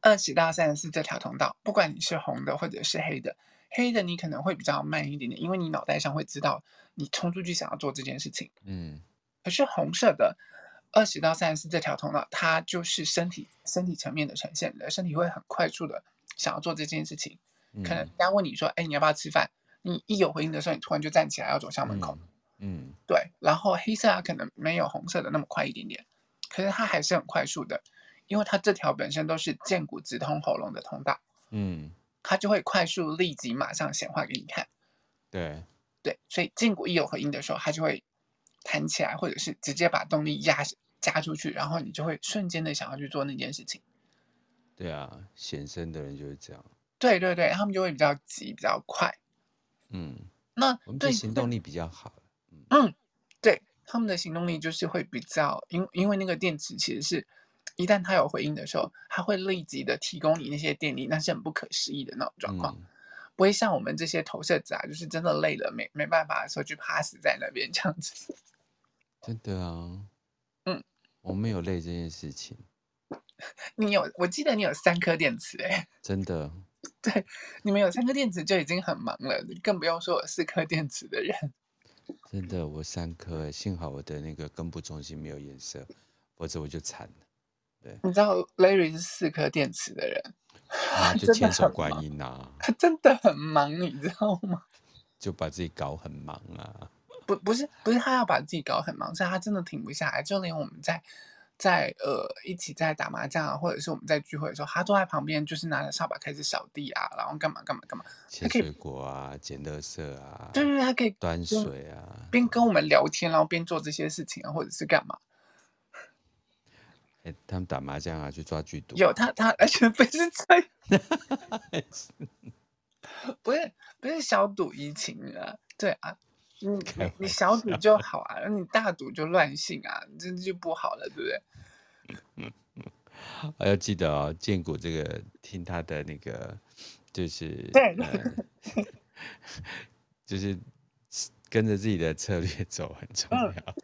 Speaker 2: 二十到三十四这条通道，不管你是红的或者是黑的，黑的你可能会比较慢一点点，因为你脑袋上会知道你冲出去想要做这件事情。
Speaker 1: 嗯，
Speaker 2: 可是红色的二十到三十四这条通道，它就是身体身体层面的呈现，你的身体会很快速的想要做这件事情。
Speaker 1: 嗯
Speaker 2: 可能人家问你说：“哎，你要不要吃饭？”你一有回应的时候，你突然就站起来要走向门口。
Speaker 1: 嗯，
Speaker 2: 对，然后黑色啊它可能没有红色的那么快一点点，可是它还是很快速的，因为它这条本身都是剑骨直通喉咙的通道，
Speaker 1: 嗯嗯，
Speaker 2: 它就会快速立即马上显化给你看。
Speaker 1: 对，
Speaker 2: 对，所以胫骨一有回应的时候，它就会弹起来，或者是直接把动力压加出去，然后你就会瞬间的想要去做那件事情。
Speaker 1: 对啊，显身的人就是这样，
Speaker 2: 对对对，他们就会比较急，比较快。
Speaker 1: 嗯，
Speaker 2: 那
Speaker 1: 我们
Speaker 2: 对
Speaker 1: 的行动力比较好，嗯
Speaker 2: 嗯，对，他们的行动力就是会比较，因因为那个电池其实是，一旦它有回应的时候，它会立即的提供你那些电力，那是很不可思议的那种状况，
Speaker 1: 嗯，
Speaker 2: 不会像我们这些投射者啊，就是真的累了没没办法的时候就趴死在那边这样子。
Speaker 1: 真的啊，
Speaker 2: 嗯，
Speaker 1: 我没有累这件事情，
Speaker 2: 你有，我记得你有三颗电池诶、
Speaker 1: 真的，
Speaker 2: 你们有三颗电池就已经很忙了，更不用说有四颗电池的人。
Speaker 1: 真的，我三颗欸，幸好我的那个根部中心没有颜色，否则我就惨了。
Speaker 2: 你知道 Larry 是四颗电池的人，
Speaker 1: 啊，就
Speaker 2: 真的
Speaker 1: 千手
Speaker 2: 很
Speaker 1: 观
Speaker 2: 忙
Speaker 1: 音啊，
Speaker 2: 他真的很忙，你知道吗？
Speaker 1: 就把自己搞很忙啊。
Speaker 2: 不不是不是他要把自己搞很忙，是他真的停不下来。就连我们在在呃一起在打麻将啊，或者是我们在聚会的时候，他坐在旁边就是拿着扫把开始扫地啊，然后干嘛干嘛干嘛。
Speaker 1: 切
Speaker 2: 可以
Speaker 1: 水果啊，捡垃圾啊，
Speaker 2: 对对对，他可以
Speaker 1: 端
Speaker 2: 边
Speaker 1: 水啊，
Speaker 2: 边跟我们聊天，然后边做这些事情啊，或者是干嘛。
Speaker 1: 哎、他们打麻将啊，去抓剧毒 啊、
Speaker 2: 有他他，而且不是在不是不是小赌怡情啊，对啊，你
Speaker 1: 开
Speaker 2: 你你
Speaker 1: 玩
Speaker 2: 小赌就好啊，你大赌就乱性啊，这就不好了，对不对？
Speaker 1: 啊，要记得哦，建谷这个听他的那个就是
Speaker 2: 对
Speaker 1: 呃， 就是跟着自己的策略走很重
Speaker 2: 嗯
Speaker 1: 要。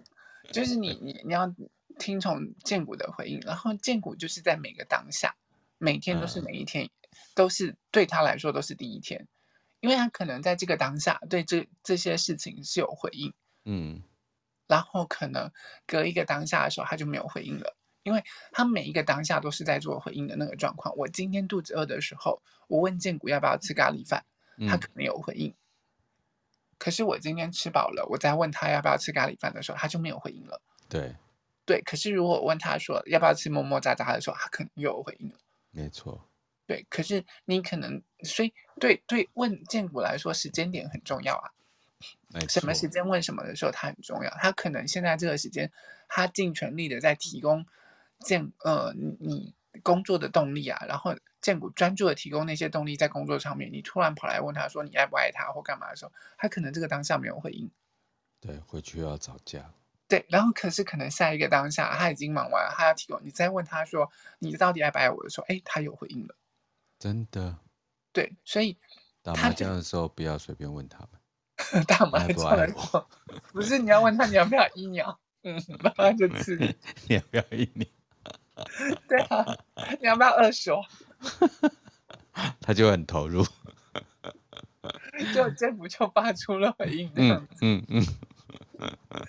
Speaker 2: 就是你你你要听从建谷的回应，然后建谷就是在每个当下，每天都是
Speaker 1: 嗯
Speaker 2: 每一天，都是对他来说都是第一天，因为他可能在这个当下对这这些事情是有回应。
Speaker 1: 嗯，
Speaker 2: 然后可能隔一个当下的时候，他就没有回应了，因为他每一个当下都是在做回应的那个状况。我今天肚子饿的时候，我问建谷要不要吃咖喱饭，他
Speaker 1: 嗯
Speaker 2: 可能有回应。可是我今天吃饱了，我再问他要不要吃咖喱饭的时候，他就没有回应了。
Speaker 1: 对，
Speaker 2: 对，可是如果我问他说要不要吃么么喳喳的时候，他可能又有回应了。
Speaker 1: 没错，
Speaker 2: 对，可是你可能，所以对对，问建谷来说，时间点很重要啊。
Speaker 1: 没
Speaker 2: 什
Speaker 1: 错
Speaker 2: 么，时间问什么的时候，它很重要。它可能现在这个时间，它尽全力的在提供建呃你你工作的动力啊，然后建股专注的提供那些动力在工作上面。你突然跑来问他说你爱不爱他或干嘛的时候，他可能这个当下没有回应。
Speaker 1: 对，回去又要吵架。
Speaker 2: 对，然后可是可能下一个当下他已经忙完了，他要提供你再问他说你到底爱不爱我的时候，哎，他有回应了。
Speaker 1: 真的，
Speaker 2: 对，所以
Speaker 1: 打
Speaker 2: 他
Speaker 1: 麻
Speaker 2: 就
Speaker 1: 将的时候不要随便问他们。
Speaker 2: 呃大麻
Speaker 1: 爱不
Speaker 2: 将
Speaker 1: 爱
Speaker 2: 的时候，不是你要问他你要不要医鸟，嗯， 然后他就吃，
Speaker 1: 你要不要一年？
Speaker 2: 对啊，你要不要二手？
Speaker 1: 他就很投入。
Speaker 2: 就政府就发出了回应，这样
Speaker 1: 嗯嗯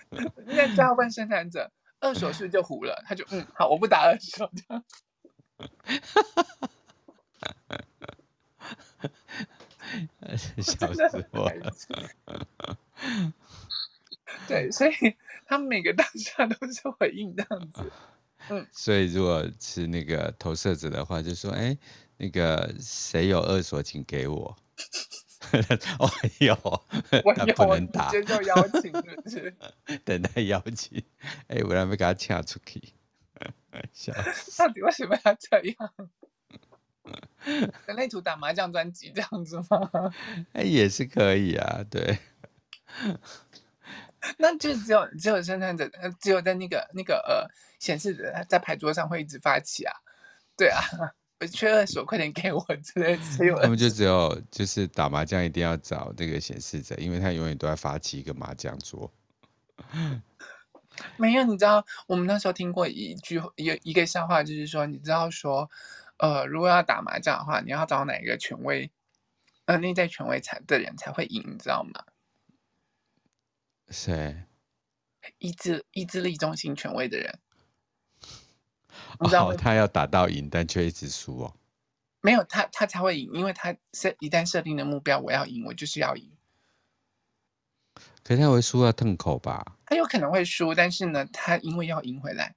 Speaker 1: 嗯，
Speaker 2: 那就要问生产者，二手是不是就糊了？他就嗯，好，我不打二手这样
Speaker 1: 笑
Speaker 2: 真的
Speaker 1: 死
Speaker 2: 很
Speaker 1: 我
Speaker 2: 白
Speaker 1: 了。
Speaker 2: 痴对，所以他每个当下都是回应这样子。
Speaker 1: 所以如果是那个投射者的话，就说：“哎、那个谁有二锁，请给我。” 哦，有，
Speaker 2: 我
Speaker 1: 但
Speaker 2: 有
Speaker 1: 不
Speaker 2: 我
Speaker 1: 能打，
Speaker 2: 接受邀请，是 不是？
Speaker 1: 等待邀请。哎、我还没给他掐出去， 笑死。
Speaker 2: 到底为什么要这样？人类图打麻将专辑这样子吗？
Speaker 1: 哎、也是可以啊，对，
Speaker 2: 那就只有只有生产者，呃只有在那个那个呃显示者在牌桌上会一直发起啊，对啊，我缺二手，快点给我之类的，只有
Speaker 1: 他们就只有就是打麻将一定要找这个显示者，因为他永远都在发起一个麻将桌。
Speaker 2: 没有，你知道我们那时候听过一句一一个笑话，就是说，你知道说，呃，如果要打麻将的话，你要找哪一个权威，呃，内在权威才的人才会赢，你知道吗？
Speaker 1: 谁？
Speaker 2: 意志意志力中心权威的人，你知道
Speaker 1: 哦，
Speaker 2: 吗
Speaker 1: 他要打到赢，但却一直输哦。
Speaker 2: 没有他他才会赢，因为他设一旦设定的目标，我要赢，我就是要赢。
Speaker 1: 可是他会输到痛口吧？
Speaker 2: 他有可能会输，但是呢，他因为要赢回来，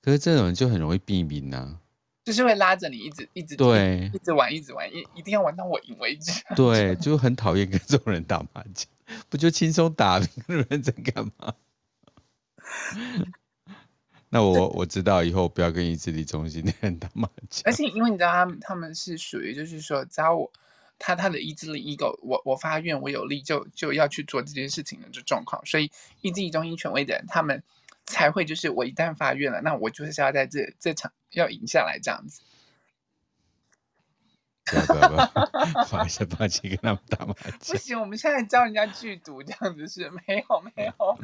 Speaker 1: 可是这种人就很容易避免呐、
Speaker 2: 就是会拉着你一直一直
Speaker 1: 对
Speaker 2: 一直玩一直玩，一一定要玩到我赢为止。
Speaker 1: 对，就很讨厌跟这种人打麻将，不就轻松打， 那么认真干嘛？ 那我我知道以后不要跟意志力中心的人打麻
Speaker 2: 而
Speaker 1: 将。
Speaker 2: 且因为你知道他们他们是属于就是说，只要我他他的意志力 ego，我我发愿我有力就就要去做这件事情的这状况，所以意志力中心权威的人他们才会就是我一旦发愿了，那我就是要在这这场要赢下来这样子。
Speaker 1: 不要不要不要，我还是放弃跟他们打麻
Speaker 2: 不
Speaker 1: 将。
Speaker 2: 行，我们现在教人家剧毒这样子是没有
Speaker 1: 嗯
Speaker 2: 没有，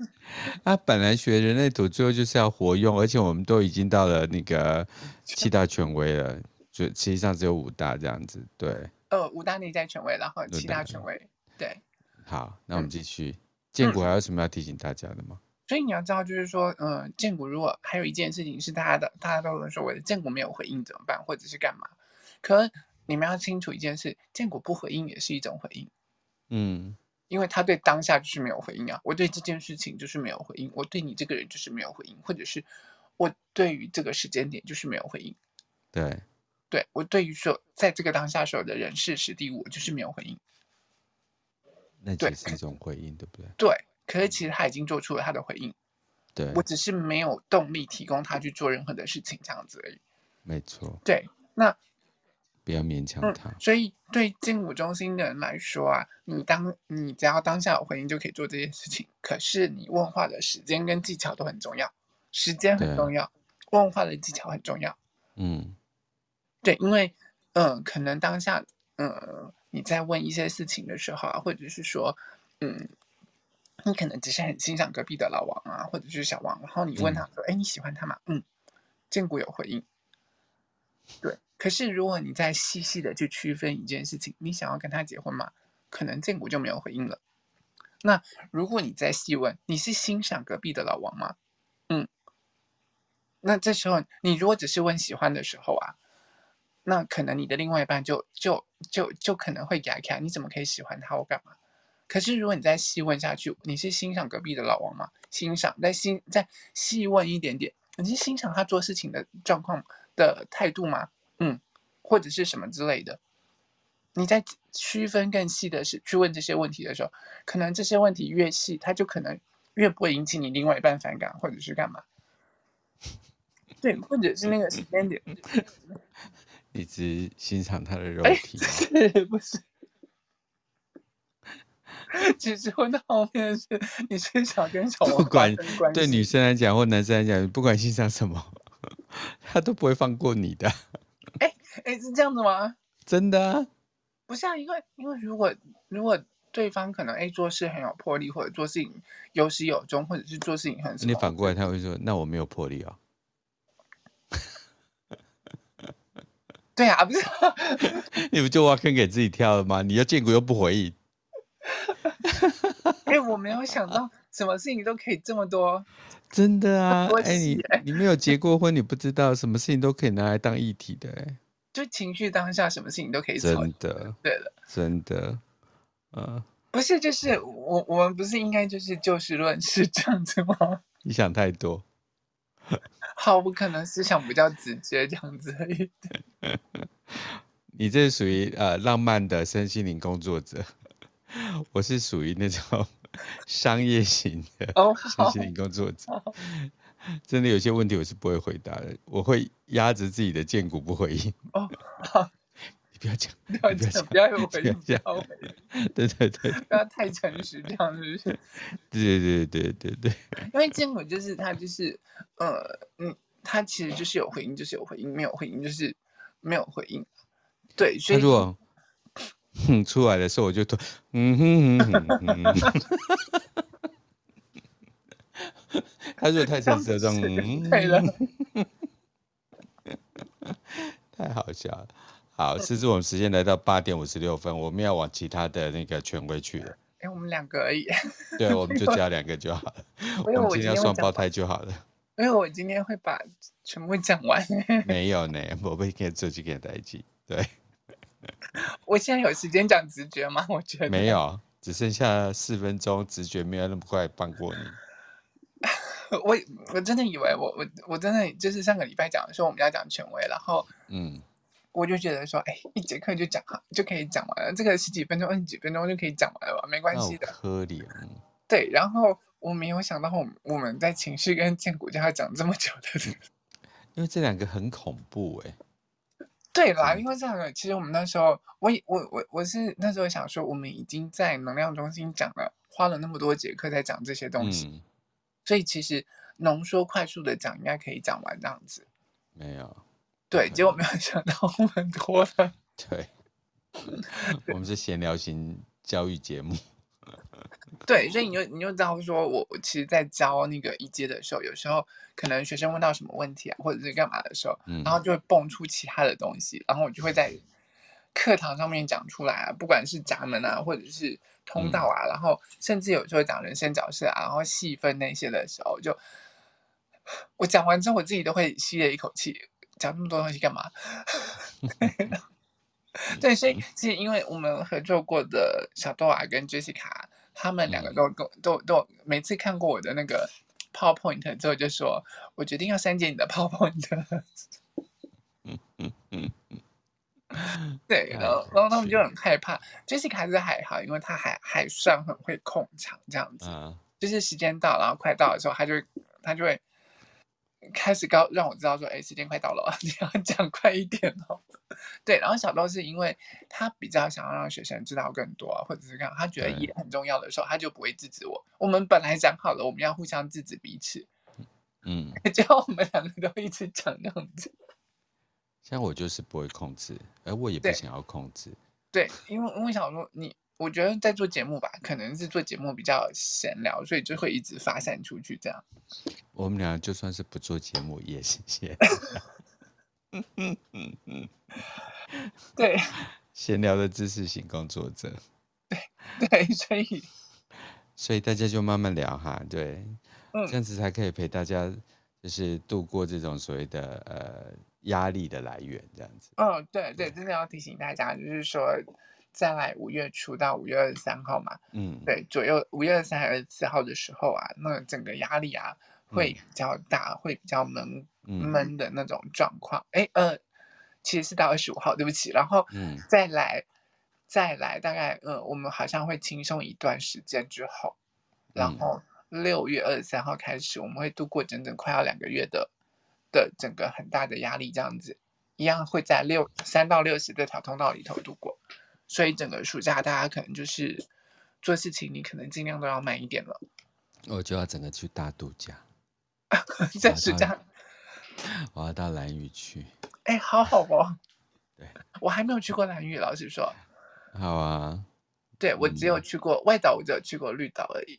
Speaker 1: 啊，本来学人类图最后就是要活用，而且我们都已经到了那个七大权威了，就实际上只有五大这样子。对，
Speaker 2: 呃，五大内在权威，然后七
Speaker 1: 对
Speaker 2: 大
Speaker 1: 对
Speaker 2: 权威，对。
Speaker 1: 好，那我们
Speaker 2: 嗯
Speaker 1: 继续。建国还有什么要提醒大家的吗？
Speaker 2: 所以你要知道，就是说，嗯，建股如果还有一件事情是大家的，大家都能说我的建股没有回应怎么办，或者是干嘛？可你们要清楚一件事，建股不回应也是一种回应，
Speaker 1: 嗯，
Speaker 2: 因为他对当下就是没有回应啊，我对这件事情就是没有回应，我对你这个人就是没有回应，或者是我对于这个时间点就是没有回应，
Speaker 1: 对，
Speaker 2: 对我对于说在这个当下所有的人事实地物我就是没有回应，
Speaker 1: 那
Speaker 2: 对
Speaker 1: 也是一种回应，对不对？
Speaker 2: 对，可是其实他已经做出了他的回应，
Speaker 1: 对
Speaker 2: 我，只是没有动力提供他去做任何的事情这样子而已，
Speaker 1: 没错，
Speaker 2: 对。那
Speaker 1: 不要勉强
Speaker 2: 嗯
Speaker 1: 他。
Speaker 2: 所以对进补中心的人来说啊，你当你只要当下有回应就可以做这件事情。可是你问话的时间跟技巧都很重要，时间
Speaker 1: 对
Speaker 2: 很重要，问话的技巧很重要。
Speaker 1: 嗯，
Speaker 2: 对，因为嗯、呃可能当下嗯、呃你在问一些事情的时候啊，或者是说嗯。你可能只是很欣赏隔壁的老王啊，或者是小王，然后你问他说：“哎、你喜欢他吗？”嗯，建国有回应。对，可是如果你再细细的去区分一件事情，你想要跟他结婚吗？可能建国就没有回应了。那如果你再细问，你是欣赏隔壁的老王吗？嗯，那这时候你如果只是问喜欢的时候啊，那可能你的另外一半就就就就可能会给他看，你怎么可以喜欢他？我干嘛？可是如果你再细问下去，你是欣赏隔壁的老王吗？欣赏，再欣再细问一点点，你是欣赏他做事情的状况的态度吗？嗯，或者是什么之类的。你在区分更细的是去问这些问题的时候，可能这些问题越细，它就可能越不会引起你另外一半反感，或者是干嘛？对，或者是那嗯个时间点，
Speaker 1: 一直欣赏他的肉
Speaker 2: 哎
Speaker 1: 体。啊
Speaker 2: 是不是？只是问到后面是你是想跟小王
Speaker 1: 不管
Speaker 2: 发哦生关
Speaker 1: 对
Speaker 2: 系
Speaker 1: 女生来讲或男生来讲，不管欣赏什么， 他都不会放过你的，
Speaker 2: 哎是这样子吗？
Speaker 1: 真的啊、
Speaker 2: 不是啊，因为因为如果如果对方可能哎做事很有魄力，或者做事情有始有终，或者是做事情很什
Speaker 1: 你
Speaker 2: 么
Speaker 1: 反过来他会说，那我没有魄力啊、
Speaker 2: 对啊，不是
Speaker 1: 你不就挖坑给自己跳了吗？你要见鬼又不回应，
Speaker 2: 哎，我没有想到什么事情都可以这么多，！
Speaker 1: 真的啊
Speaker 2: 我
Speaker 1: 哎、你
Speaker 2: 写
Speaker 1: 你没有结过婚，你不知道什么事情都可以拿来当议题的、哎，
Speaker 2: 就情绪当下什么事情都可以吵
Speaker 1: 真。的
Speaker 2: 对了，
Speaker 1: 真的，呃，
Speaker 2: 不是就是我我们不是应该就是就事论事这样子吗？
Speaker 1: 你想太多。
Speaker 2: 好，我可能思想比较直接这样子而已。
Speaker 1: 你这是属于呃浪漫的身心灵工作者，我是属于那 种商业型的
Speaker 2: 哦，
Speaker 1: 身
Speaker 2: 好，
Speaker 1: 心灵工作者。真的有些问题我是不会回答的，我会压着自己的剑骨不回应。
Speaker 2: 哦，好，
Speaker 1: 你不要讲，
Speaker 2: 不要
Speaker 1: 你不要
Speaker 2: 讲，
Speaker 1: 讲
Speaker 2: 不要有回
Speaker 1: 不要
Speaker 2: 应，不
Speaker 1: 讲
Speaker 2: 要回应，
Speaker 1: 对对对
Speaker 2: 不要太诚实，这样是不是？
Speaker 1: 对对对对对，
Speaker 2: 因为坚果就是它就是呃嗯，它其实就是有回应，就是有回应，没有回应就是没有回应。对，所
Speaker 1: 他
Speaker 2: 以
Speaker 1: 如果哼出来的时候，我就突嗯哼哼哼哼哼。 他如果太诚实了，这样嗯，
Speaker 2: 对了，
Speaker 1: 太好笑了。好，这是我们时间来到八点五十六分，我们要往其他的那个权威去 了。
Speaker 2: 哎，我们两个而已。
Speaker 1: 对，我们就只要两个就好了。
Speaker 2: 因为
Speaker 1: 我们
Speaker 2: 我
Speaker 1: 今
Speaker 2: 今
Speaker 1: 天要
Speaker 2: 天会
Speaker 1: 双
Speaker 2: 讲
Speaker 1: 胞胎就好了。
Speaker 2: 因为我今天会把全部讲完。
Speaker 1: 没有呢， 我不应该做这个代际。对，
Speaker 2: 我现在有时间讲直觉吗？我觉得
Speaker 1: 没，有，只剩下四分钟，直觉没有那么快放过你。
Speaker 2: 我我真的以为我我我真的就是上个礼拜讲说我们要讲权威，然后
Speaker 1: 嗯，
Speaker 2: 我就觉得说，哎，一节课就讲好就可以讲完了，这个十几分钟、二十几分钟就可以讲完了吧，没关
Speaker 1: 那
Speaker 2: 系
Speaker 1: 我
Speaker 2: 的。
Speaker 1: 可怜。嗯
Speaker 2: 对，然后我没有想到我们我们在情绪跟建骨就要讲这么久 的。
Speaker 1: 因为这两个很恐怖哎、
Speaker 2: 对啦，
Speaker 1: 嗯
Speaker 2: 因为这两个其实我们那时候，我以我我我是那时候想说，我们已经在能量中心讲了，花了那么多节课在讲这些东西，
Speaker 1: 嗯，
Speaker 2: 所以其实浓缩快速的讲应该可以讲完这样子。
Speaker 1: 没有，
Speaker 2: 对，
Speaker 1: 可
Speaker 2: 结果
Speaker 1: 能
Speaker 2: 没有想到我们拖了，
Speaker 1: 对，我们是闲聊型教育节目，
Speaker 2: 对，所以你就你就知道说我我其实，在教那个一阶的时候，有时候可能学生问到什么问题啊，或者是干嘛的时候，
Speaker 1: 嗯
Speaker 2: 然后就会蹦出其他的东西，然后我就会在课堂上面讲出来啊，不管是闸门啊，或者是通道啊，然后甚至有时候讲人生角色啊，然后细分那些的时候，就我讲完之后，我自己都会吸了一口气，讲那么多东西干嘛？ 对，所以其实因为我们合作过的小豆啊跟 Jessica，他们两个
Speaker 1: 嗯
Speaker 2: 都跟、都都每次看过我的那个 PowerPoint 之后，就说我决定要删减你的 PowerPoint。对，然后
Speaker 1: 太
Speaker 2: 然后他们
Speaker 1: 有
Speaker 2: 就
Speaker 1: 趣
Speaker 2: 很害怕。Jessica 是还好，因为她还还算很会控场这样子，
Speaker 1: 啊，
Speaker 2: 就是时间到，然后快到的时候，她就会她就会开始告让我知道说，哎，时间快到了， 你要讲快一点哦。对，然后小豆是因为他比较想要让学生知道更多啊，或者是这样，他觉得
Speaker 1: 对
Speaker 2: 也很重要的时候，他就不会制止我。我们本来讲好了，我们要互相制止彼此，
Speaker 1: 嗯，
Speaker 2: 结果我们两个都一直讲这样子。
Speaker 1: 像我就是不会控制，而我也不
Speaker 2: 对
Speaker 1: 想要控制，
Speaker 2: 对，因为因为想说你，我觉得在做节目吧，可能是做节目比较闲聊，所以就会一直发散出去这样。
Speaker 1: 我们俩就算是不做节目也是 闲
Speaker 2: 对
Speaker 1: 闲聊的知识型工作者，
Speaker 2: 对，所以
Speaker 1: 所以大家就慢慢聊哈，对，
Speaker 2: 嗯
Speaker 1: 这样子才可以陪大家就是度过这种所谓的呃压力的来源，这样子，
Speaker 2: 嗯，对对，真的要提醒大家，就是说，再来五月初到五月二十三号嘛，
Speaker 1: 嗯，
Speaker 2: 对，左右五月二十三、二十四号的时候啊，那整个压力啊会比较大，会比较闷
Speaker 1: 嗯
Speaker 2: 闷的那种状况。哎、呃，其实是到二十五号，对不起，然后
Speaker 1: 嗯
Speaker 2: 再来再来，大概呃，我们好像会轻松一段时间之后，然
Speaker 1: 嗯
Speaker 2: 后六月二十三号开始，我们会度过整整快要两个月的的整个很大的压力，这样子一样会在六三到六十这条通道里头度过。所以整个暑假大家可能就是做事情，你可能尽量都要慢一点了。
Speaker 1: 我就要整个去大度假。
Speaker 2: 在
Speaker 1: 啊
Speaker 2: 暑
Speaker 1: 当
Speaker 2: 假，
Speaker 1: 我要到蓝屿去。
Speaker 2: 哎，好好哦。
Speaker 1: 对，
Speaker 2: 我还没有去过蓝屿，老实说，
Speaker 1: 好啊，
Speaker 2: 对我只
Speaker 1: 嗯
Speaker 2: 有去过外岛，我只有去过绿岛而已，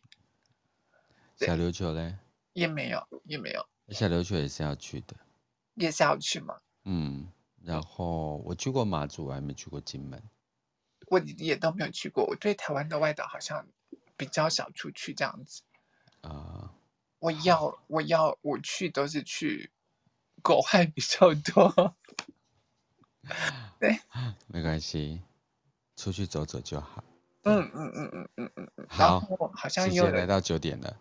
Speaker 2: 对
Speaker 1: 小琉球嘞，
Speaker 2: 也没有也没有，
Speaker 1: 小琉球也是要去的，
Speaker 2: 也是要去嘛。
Speaker 1: 嗯，然后我去过马祖，我还没去过金门，
Speaker 2: 我也都没有去过，我对台湾的外岛好像比较少出去这样子。
Speaker 1: 啊、
Speaker 2: 我要我要我去都是去国外比较多，
Speaker 1: 没关系，出去走走就好。
Speaker 2: 嗯嗯嗯嗯嗯嗯嗯。
Speaker 1: 好，
Speaker 2: 然后好像
Speaker 1: 时
Speaker 2: 也有
Speaker 1: 间来
Speaker 2: 人
Speaker 1: 到九点了，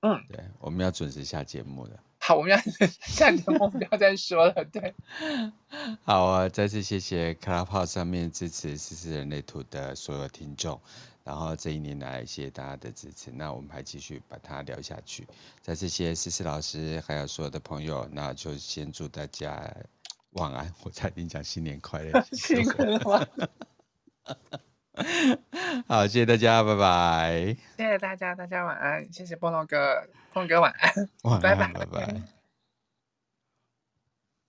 Speaker 2: 嗯，
Speaker 1: 对，我们要准时下节目了。
Speaker 2: 好，我们要 下一个目标再说了， 对，
Speaker 1: 好啊，再次谢谢 Clubhouse 上面支持《思思人类图》的所有听众，然后这一年来谢谢大家的支持，那我们还继续把它聊下去。再次谢谢思思老师，还有所有的朋友，那就先祝大家晚安，我差点讲新年快 乐，
Speaker 2: 辛苦了，
Speaker 1: 好，谢谢大家，拜拜，
Speaker 2: 谢谢大家，大家晚安，谢谢菠萝哥，菠萝哥晚安。
Speaker 1: 晚
Speaker 2: 拜
Speaker 1: 安，
Speaker 2: 拜
Speaker 1: 拜拜